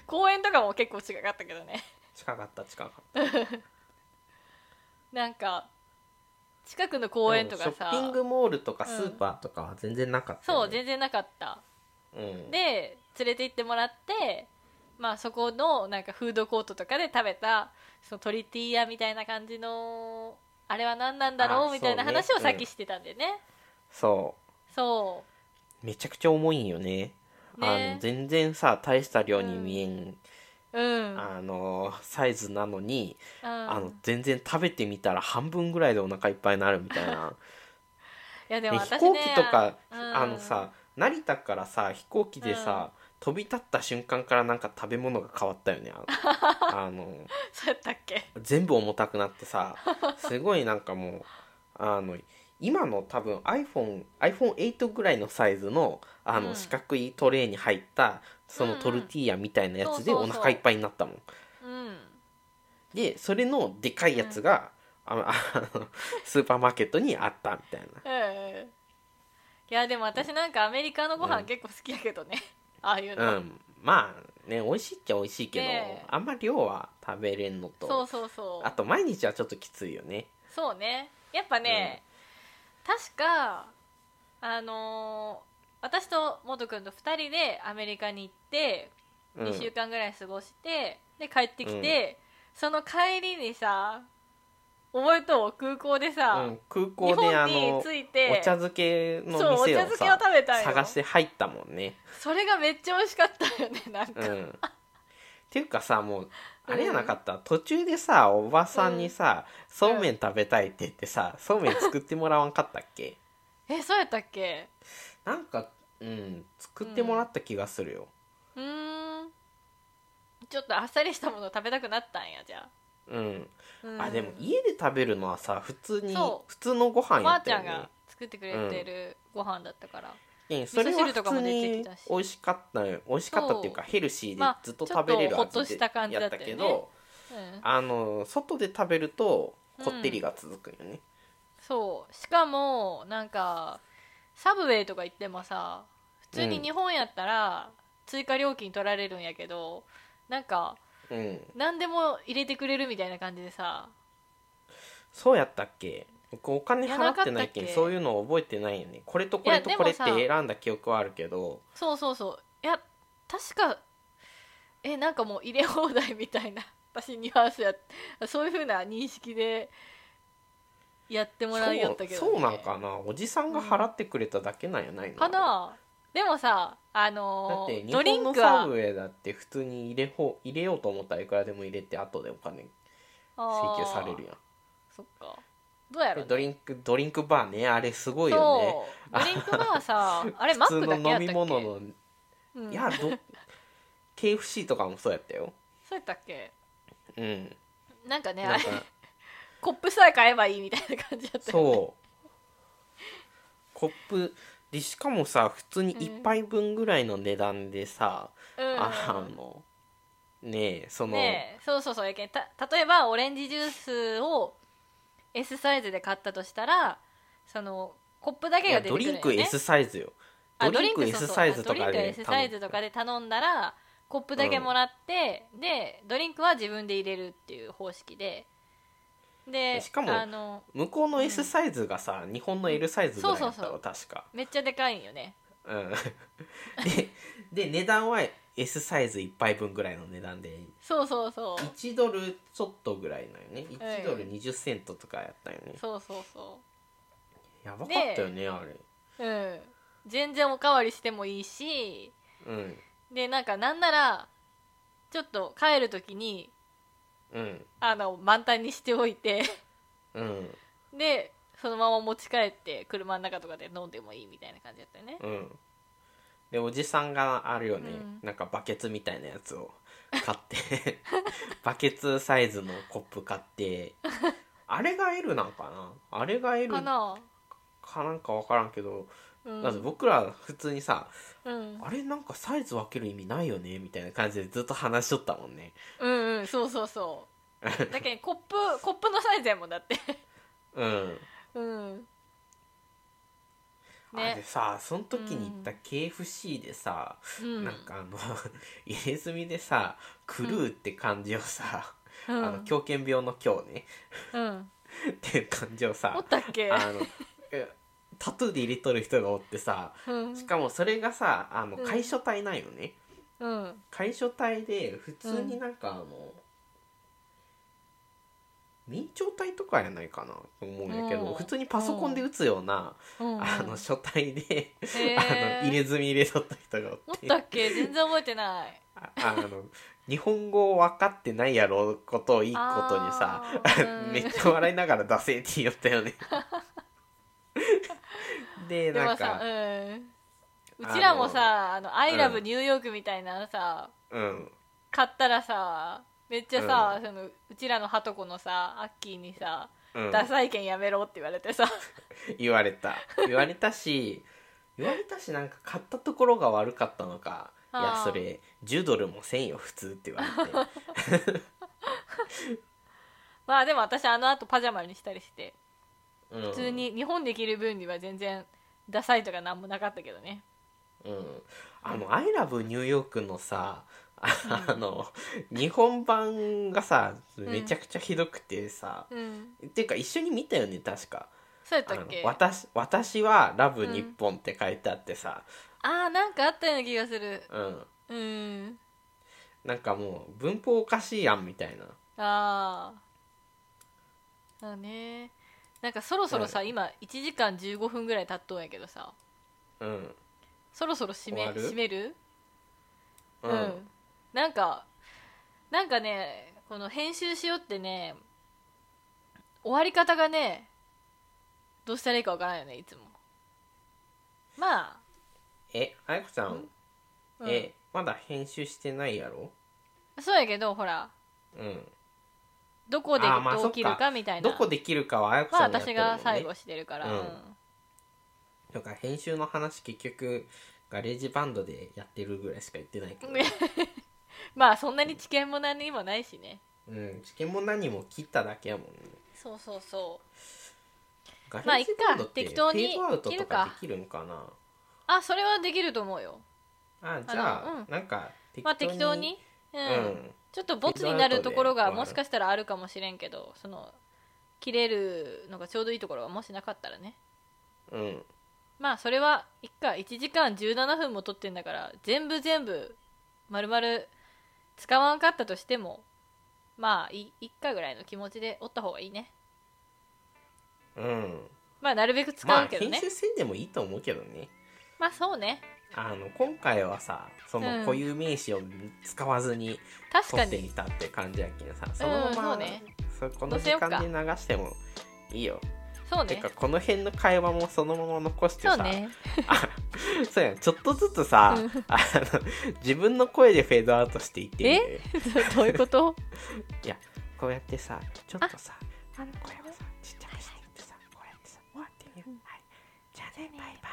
Speaker 1: 公園とかも結構近かったけどね
Speaker 2: 近かった近かっ
Speaker 1: なんか近くの公園とか
Speaker 2: シ
Speaker 1: さ
Speaker 2: ョッピングモールとかスーパーとかは全然なかった
Speaker 1: そ
Speaker 2: よ
Speaker 1: う
Speaker 2: ね、
Speaker 1: 全然なかった
Speaker 2: うん、
Speaker 1: で連れて行ってもらって、まあ、そこのなんかフードコートとかで食べたそのトリティーヤみたいな感じのあれは何なんだ
Speaker 2: あ
Speaker 1: ろ
Speaker 2: そう
Speaker 1: う
Speaker 2: ね
Speaker 1: みたいな話をさっ
Speaker 2: うん
Speaker 1: きしてたんでね
Speaker 2: そ
Speaker 1: そう
Speaker 2: めちゃくちゃ重いんよねあ
Speaker 1: ね
Speaker 2: の全然さ大した量に見えん、
Speaker 1: ううん
Speaker 2: あのサイズなのに、あ
Speaker 1: う
Speaker 2: の
Speaker 1: ん
Speaker 2: 全然食べてみたら半分ぐらいでお腹いっぱいになるみたいな
Speaker 1: いやで
Speaker 2: で
Speaker 1: も
Speaker 2: 飛
Speaker 1: 私ね
Speaker 2: 行機とか
Speaker 1: う
Speaker 2: あ,、
Speaker 1: ん
Speaker 2: のさ成田からさ飛行機でさ、飛び立った瞬間からなんか食べ物が変わったよねあ
Speaker 1: <laughs>
Speaker 2: のあの
Speaker 1: そうやったっけ
Speaker 2: 全部重たくなって
Speaker 1: <laughs>
Speaker 2: さすごいなんかもうあの今の多分 iPhoneiPhone8 ぐらいのサイズのあの、
Speaker 1: うん
Speaker 2: 四角いトレーに入ったそ
Speaker 1: うん
Speaker 2: の
Speaker 1: うん
Speaker 2: トルティーヤみたいなやつで
Speaker 1: そうそ
Speaker 2: お
Speaker 1: うそう
Speaker 2: 腹いっぱいになったもん。
Speaker 1: うん
Speaker 2: でそれのでかいやつが、ああの <laughs> スーパーマーケットにあったみたいな。
Speaker 1: うんいやでも私なんかアメリカのご飯結構好きやけどね、ああいうの、
Speaker 2: うん、まあね美味しいっちゃ美味しいけど、
Speaker 1: ねえ
Speaker 2: あんま量は食べれんのと
Speaker 1: そうそうそう
Speaker 2: あと毎日はちょっときついよね。
Speaker 1: そうねやっぱね、確かあのー私と元君と2人でアメリカに行って
Speaker 2: うん
Speaker 1: 2週間ぐらい過ごして、で帰ってきて、その帰りにさ覚えとう空港で
Speaker 2: う
Speaker 1: さ
Speaker 2: ん、空
Speaker 1: 日
Speaker 2: 港であ
Speaker 1: 本
Speaker 2: の
Speaker 1: に着い
Speaker 2: お
Speaker 1: て
Speaker 2: 茶漬け
Speaker 1: そう
Speaker 2: の
Speaker 1: お茶
Speaker 2: 店を
Speaker 1: 漬けを
Speaker 2: さ
Speaker 1: 食べたんよ
Speaker 2: 探して入ったもんね
Speaker 1: それがめっちゃ美味しかったよね
Speaker 2: <laughs>
Speaker 1: なん
Speaker 2: う
Speaker 1: か、
Speaker 2: んっていうかさもう
Speaker 1: うん
Speaker 2: あれやなかった、途中でさおばさんにさ、そうめん食べたいって言ってさそうめん作ってもらわんかったっけ
Speaker 1: えそうやったっけ
Speaker 2: なんかうん作ってもらった気がするよ
Speaker 1: うーんちょっとあっさりしたもの食べたくなったんやじゃあ
Speaker 2: うん、
Speaker 1: うん
Speaker 2: あでも家で食べるのはさ普通に
Speaker 1: そ
Speaker 2: 普通のご飯
Speaker 1: お
Speaker 2: や
Speaker 1: ばあ
Speaker 2: っ
Speaker 1: ち
Speaker 2: た
Speaker 1: ゃ
Speaker 2: よ
Speaker 1: ん
Speaker 2: ね
Speaker 1: が作ってくれてるご飯だったから、
Speaker 2: うんそれは
Speaker 1: 味噌汁
Speaker 2: 普
Speaker 1: とかも
Speaker 2: 通
Speaker 1: 出て
Speaker 2: に
Speaker 1: きたし
Speaker 2: 美味しかったよ美味しかったっていうかヘルシーで
Speaker 1: まあ
Speaker 2: ずっと食べれる
Speaker 1: ちょっとほっとした感じ
Speaker 2: や
Speaker 1: だ
Speaker 2: っ
Speaker 1: ったたよね
Speaker 2: けど
Speaker 1: うん
Speaker 2: あの外で食べるとこってりが続くよね、
Speaker 1: そうしかもなんかサブウェイとか行ってもさ普通に日本やったら追加料金取られるんやけど、なんか
Speaker 2: うん、
Speaker 1: 何でも入れてくれるみたいな感じでさ
Speaker 2: そうやったっけ僕お金
Speaker 1: いやな
Speaker 2: 払
Speaker 1: か
Speaker 2: っ
Speaker 1: った
Speaker 2: て
Speaker 1: っけ
Speaker 2: ないけんそういうのを覚えてないよねこれとこれと
Speaker 1: いや
Speaker 2: こ
Speaker 1: で
Speaker 2: れっ
Speaker 1: も
Speaker 2: て
Speaker 1: さ
Speaker 2: 選んだ記憶はあるけど
Speaker 1: そうそうそういや確かえなんかもう入れ放題みたいな <laughs> 私ニュアンスやそういうふうな認識でやってもらいよったけど、ね、
Speaker 2: そうそうなんかなおじさんが払ってくれただけなんやないの、
Speaker 1: かなでもさあ
Speaker 2: だっ
Speaker 1: の
Speaker 2: て
Speaker 1: ー
Speaker 2: 日
Speaker 1: ドリ
Speaker 2: 本
Speaker 1: ン
Speaker 2: の
Speaker 1: ク
Speaker 2: サ
Speaker 1: は
Speaker 2: ブウェイだって普通に入れほ入れようと思ったらいくらでも入れて後でお金請求される
Speaker 1: よ
Speaker 2: やん
Speaker 1: そっかどうやろ
Speaker 2: で
Speaker 1: う
Speaker 2: ドリンクドリンクバーねあれすごいよね
Speaker 1: そうドリンクバー
Speaker 2: <laughs>
Speaker 1: さあれマ
Speaker 2: 普
Speaker 1: ッ
Speaker 2: 通
Speaker 1: クだけ
Speaker 2: の飲
Speaker 1: やったっ
Speaker 2: み
Speaker 1: け
Speaker 2: 物の
Speaker 1: うん
Speaker 2: いやど KFC とかもそうやったよ
Speaker 1: そうやったっけ
Speaker 2: うん
Speaker 1: なんかね
Speaker 2: な
Speaker 1: あ
Speaker 2: ん
Speaker 1: れ
Speaker 2: か
Speaker 1: コップさえ買えばいいみたいな感じだったよね
Speaker 2: そうコップでしかもさ普通に1杯分ぐらいの値段でさ、
Speaker 1: うん
Speaker 2: あのねえその、
Speaker 1: ねえそうそうそうやけんた例えばオレンジジュースを S サイズで買ったとしたらそのコップだ
Speaker 2: い
Speaker 1: け
Speaker 2: や
Speaker 1: が出て
Speaker 2: ド
Speaker 1: くる
Speaker 2: リ
Speaker 1: んよ
Speaker 2: ン
Speaker 1: ね
Speaker 2: ク S サイズよ
Speaker 1: あ
Speaker 2: ドリンク S サイズとか
Speaker 1: ドリンク
Speaker 2: で
Speaker 1: S サイズとかで頼んだらコップだけもらって、でドリンクは自分で入れるっていう方式でで
Speaker 2: しかも
Speaker 1: あの
Speaker 2: 向こうの S サイズがさ、日本の L サイズぐらいだった
Speaker 1: そ
Speaker 2: ろ
Speaker 1: う
Speaker 2: 確か
Speaker 1: めっちゃでかいんよね
Speaker 2: うんでで値段は S サイズ1杯分ぐらいの値段で
Speaker 1: そうそうそう
Speaker 2: 1ドルちょっとぐらいなよね1ド
Speaker 1: う
Speaker 2: ル
Speaker 1: ん
Speaker 2: 20セントとかやったよね
Speaker 1: そうそうそ
Speaker 2: やばかったよねあれ
Speaker 1: ううん全然おかわりしてもいいし
Speaker 2: うん
Speaker 1: でなんかなんならちょっと帰る時に
Speaker 2: うん
Speaker 1: あの満タンにしておいて <laughs>
Speaker 2: うん
Speaker 1: でそのまま持ち帰って車の中とかで飲んでもいいみたいな感じだったよね
Speaker 2: うんでおじさんがあるよね、
Speaker 1: うん
Speaker 2: なんかバケツみたいなやつを買ってバケツサイズのコップ買ってあれが L なんかなあれが L
Speaker 1: か
Speaker 2: か
Speaker 1: な、
Speaker 2: なんか分からんけど、
Speaker 1: うん、
Speaker 2: だって僕ら普通にさ
Speaker 1: うん
Speaker 2: あれなんかサイズ分ける意味ないよねみたいな感じでずっと話しとったもんね
Speaker 1: うんうんそうそうそ
Speaker 2: <laughs>
Speaker 1: うだけどコップコップのサイズやもんだって
Speaker 2: うん
Speaker 1: うん
Speaker 2: あれ
Speaker 1: ね
Speaker 2: さその時に行った KFC でさ、
Speaker 1: うん
Speaker 2: なんかあの入れ墨でさ「クルー」って漢字をさ、
Speaker 1: うん
Speaker 2: あの狂犬病の「今日ね <laughs>
Speaker 1: うん
Speaker 2: っていう感じをさ
Speaker 1: おったっけ
Speaker 2: あのえタトゥーで入れとる人がおってさ
Speaker 1: うん
Speaker 2: しかもそれがさあの
Speaker 1: うん
Speaker 2: 楷書体なんよね
Speaker 1: うん
Speaker 2: 楷書体で普通になんかあの、明朝体とかやないかなと思うんやけ
Speaker 1: う
Speaker 2: ど
Speaker 1: ん
Speaker 2: 普通にパソコンで打つような
Speaker 1: うん
Speaker 2: あの書体で
Speaker 1: へ
Speaker 2: あ
Speaker 1: ー
Speaker 2: の入れ墨入れとった人が
Speaker 1: お
Speaker 2: おっ
Speaker 1: ってたっけ全然覚えてない
Speaker 2: ああの日本語分かってないやろことをいいことにさ
Speaker 1: あーうん
Speaker 2: めっちゃ笑いながら「ダセー」って言ったよ
Speaker 1: <laughs>
Speaker 2: ねで
Speaker 1: で
Speaker 2: な
Speaker 1: も
Speaker 2: ん
Speaker 1: さ、う
Speaker 2: か
Speaker 1: ん、うちらもさ「あのアイラブニューヨーク」みたいなさ、
Speaker 2: うん
Speaker 1: 買ったらさめっちゃさ、うそのうちらのはとこのさアッキーにさ
Speaker 2: う
Speaker 1: 「
Speaker 2: ん
Speaker 1: ダサい券やめろ」って言われてさ <laughs>
Speaker 2: 言われた言われたし言われたしなんか買ったところが悪かったのかいや
Speaker 1: あー
Speaker 2: それ10ドルも1000よ普通って言われて
Speaker 1: <laughs> まあでも私あの後パジャマにしたりして
Speaker 2: うん
Speaker 1: 普通に日本で着る分には全然ダサいとかなんもなかったけどね
Speaker 2: うんあの「アイラブニューヨーク」のさああの日本版がさめちゃくちゃひどくてさ、
Speaker 1: うん
Speaker 2: っていうか一緒に見たよね確か
Speaker 1: そうやっ
Speaker 2: あ
Speaker 1: た
Speaker 2: の
Speaker 1: っけあ
Speaker 2: 私「私はラブ日本」って書いてあってさ、
Speaker 1: あーなんかあったような気がする
Speaker 2: うん、
Speaker 1: うん
Speaker 2: なんかもう文法おかしいやんみたいな
Speaker 1: ああだねなんかそろそろさ、今1時間15分ぐらい経っとんやけどさ
Speaker 2: うん
Speaker 1: そろそろ締め
Speaker 2: 終わる
Speaker 1: 締める
Speaker 2: う
Speaker 1: うん、
Speaker 2: ん
Speaker 1: なんかなんかねこの編集しようってね終わり方がねどうしたらいいかわからないよねいつもま
Speaker 2: えあやこちゃん
Speaker 1: あ、うん
Speaker 2: えまだ編集してないやろ
Speaker 1: そうやけどほら
Speaker 2: うん
Speaker 1: どこで
Speaker 2: あーまあ
Speaker 1: どう切る
Speaker 2: そっ
Speaker 1: かみたいな
Speaker 2: どこできるかはあやこ
Speaker 1: ま
Speaker 2: さ
Speaker 1: あ
Speaker 2: んがやってるもん
Speaker 1: 私
Speaker 2: ね、
Speaker 1: が最後してるから、
Speaker 2: う
Speaker 1: うんん
Speaker 2: とか編集の話結局ガレージバンドでやってるぐらいしか言ってないけど、
Speaker 1: まあそんなに知見も何もないしね
Speaker 2: うん知見も何も切っただけやもんね
Speaker 1: そうそうそう
Speaker 2: ガレ
Speaker 1: まあ
Speaker 2: ージバンドっ
Speaker 1: い
Speaker 2: て
Speaker 1: っか
Speaker 2: フ
Speaker 1: 適
Speaker 2: ェ
Speaker 1: 当に
Speaker 2: ードアウト
Speaker 1: 切
Speaker 2: と
Speaker 1: る
Speaker 2: か
Speaker 1: か
Speaker 2: できるんかな
Speaker 1: あそれはできると思うよ
Speaker 2: あじゃあ
Speaker 1: あのうん
Speaker 2: なんか適当に,、
Speaker 1: まあ適当にうん、
Speaker 2: うん
Speaker 1: ちょっとボツになるところ
Speaker 2: フェードアウト
Speaker 1: が
Speaker 2: で
Speaker 1: もしかしたらあるかもしれんけどその切れるのがちょうどいいところがもしなかったらね
Speaker 2: うん
Speaker 1: まあそれはいっか1時間17分も撮ってんだから全部全部丸々使わんかったとしてもまあいいっかぐらいの気持ちでおった方がいいね
Speaker 2: うん
Speaker 1: まあなるべく使
Speaker 2: まあ
Speaker 1: うけど
Speaker 2: 編
Speaker 1: ね
Speaker 2: 集せんでもいいと思うけどね
Speaker 1: まあそうね
Speaker 2: あの今回はさその
Speaker 1: うん
Speaker 2: 固有名詞を使わずに
Speaker 1: 確
Speaker 2: 撮
Speaker 1: か
Speaker 2: ってみ
Speaker 1: に
Speaker 2: たって感じやけんさそのまま、
Speaker 1: うんそうね
Speaker 2: そこの時間で流してもいいよ
Speaker 1: そう
Speaker 2: て
Speaker 1: ね
Speaker 2: かこの辺の会話もそのまま残して
Speaker 1: そ
Speaker 2: さ
Speaker 1: うね <laughs>
Speaker 2: あそうやんちょっとずつさ、
Speaker 1: う
Speaker 2: あの自分の声でフェードアウトしていってみる
Speaker 1: どういうこと
Speaker 2: こうやってさちょっとさあの声をさちっちゃくしていってさこうやってさ終わってみる、はいじゃあねバイバイ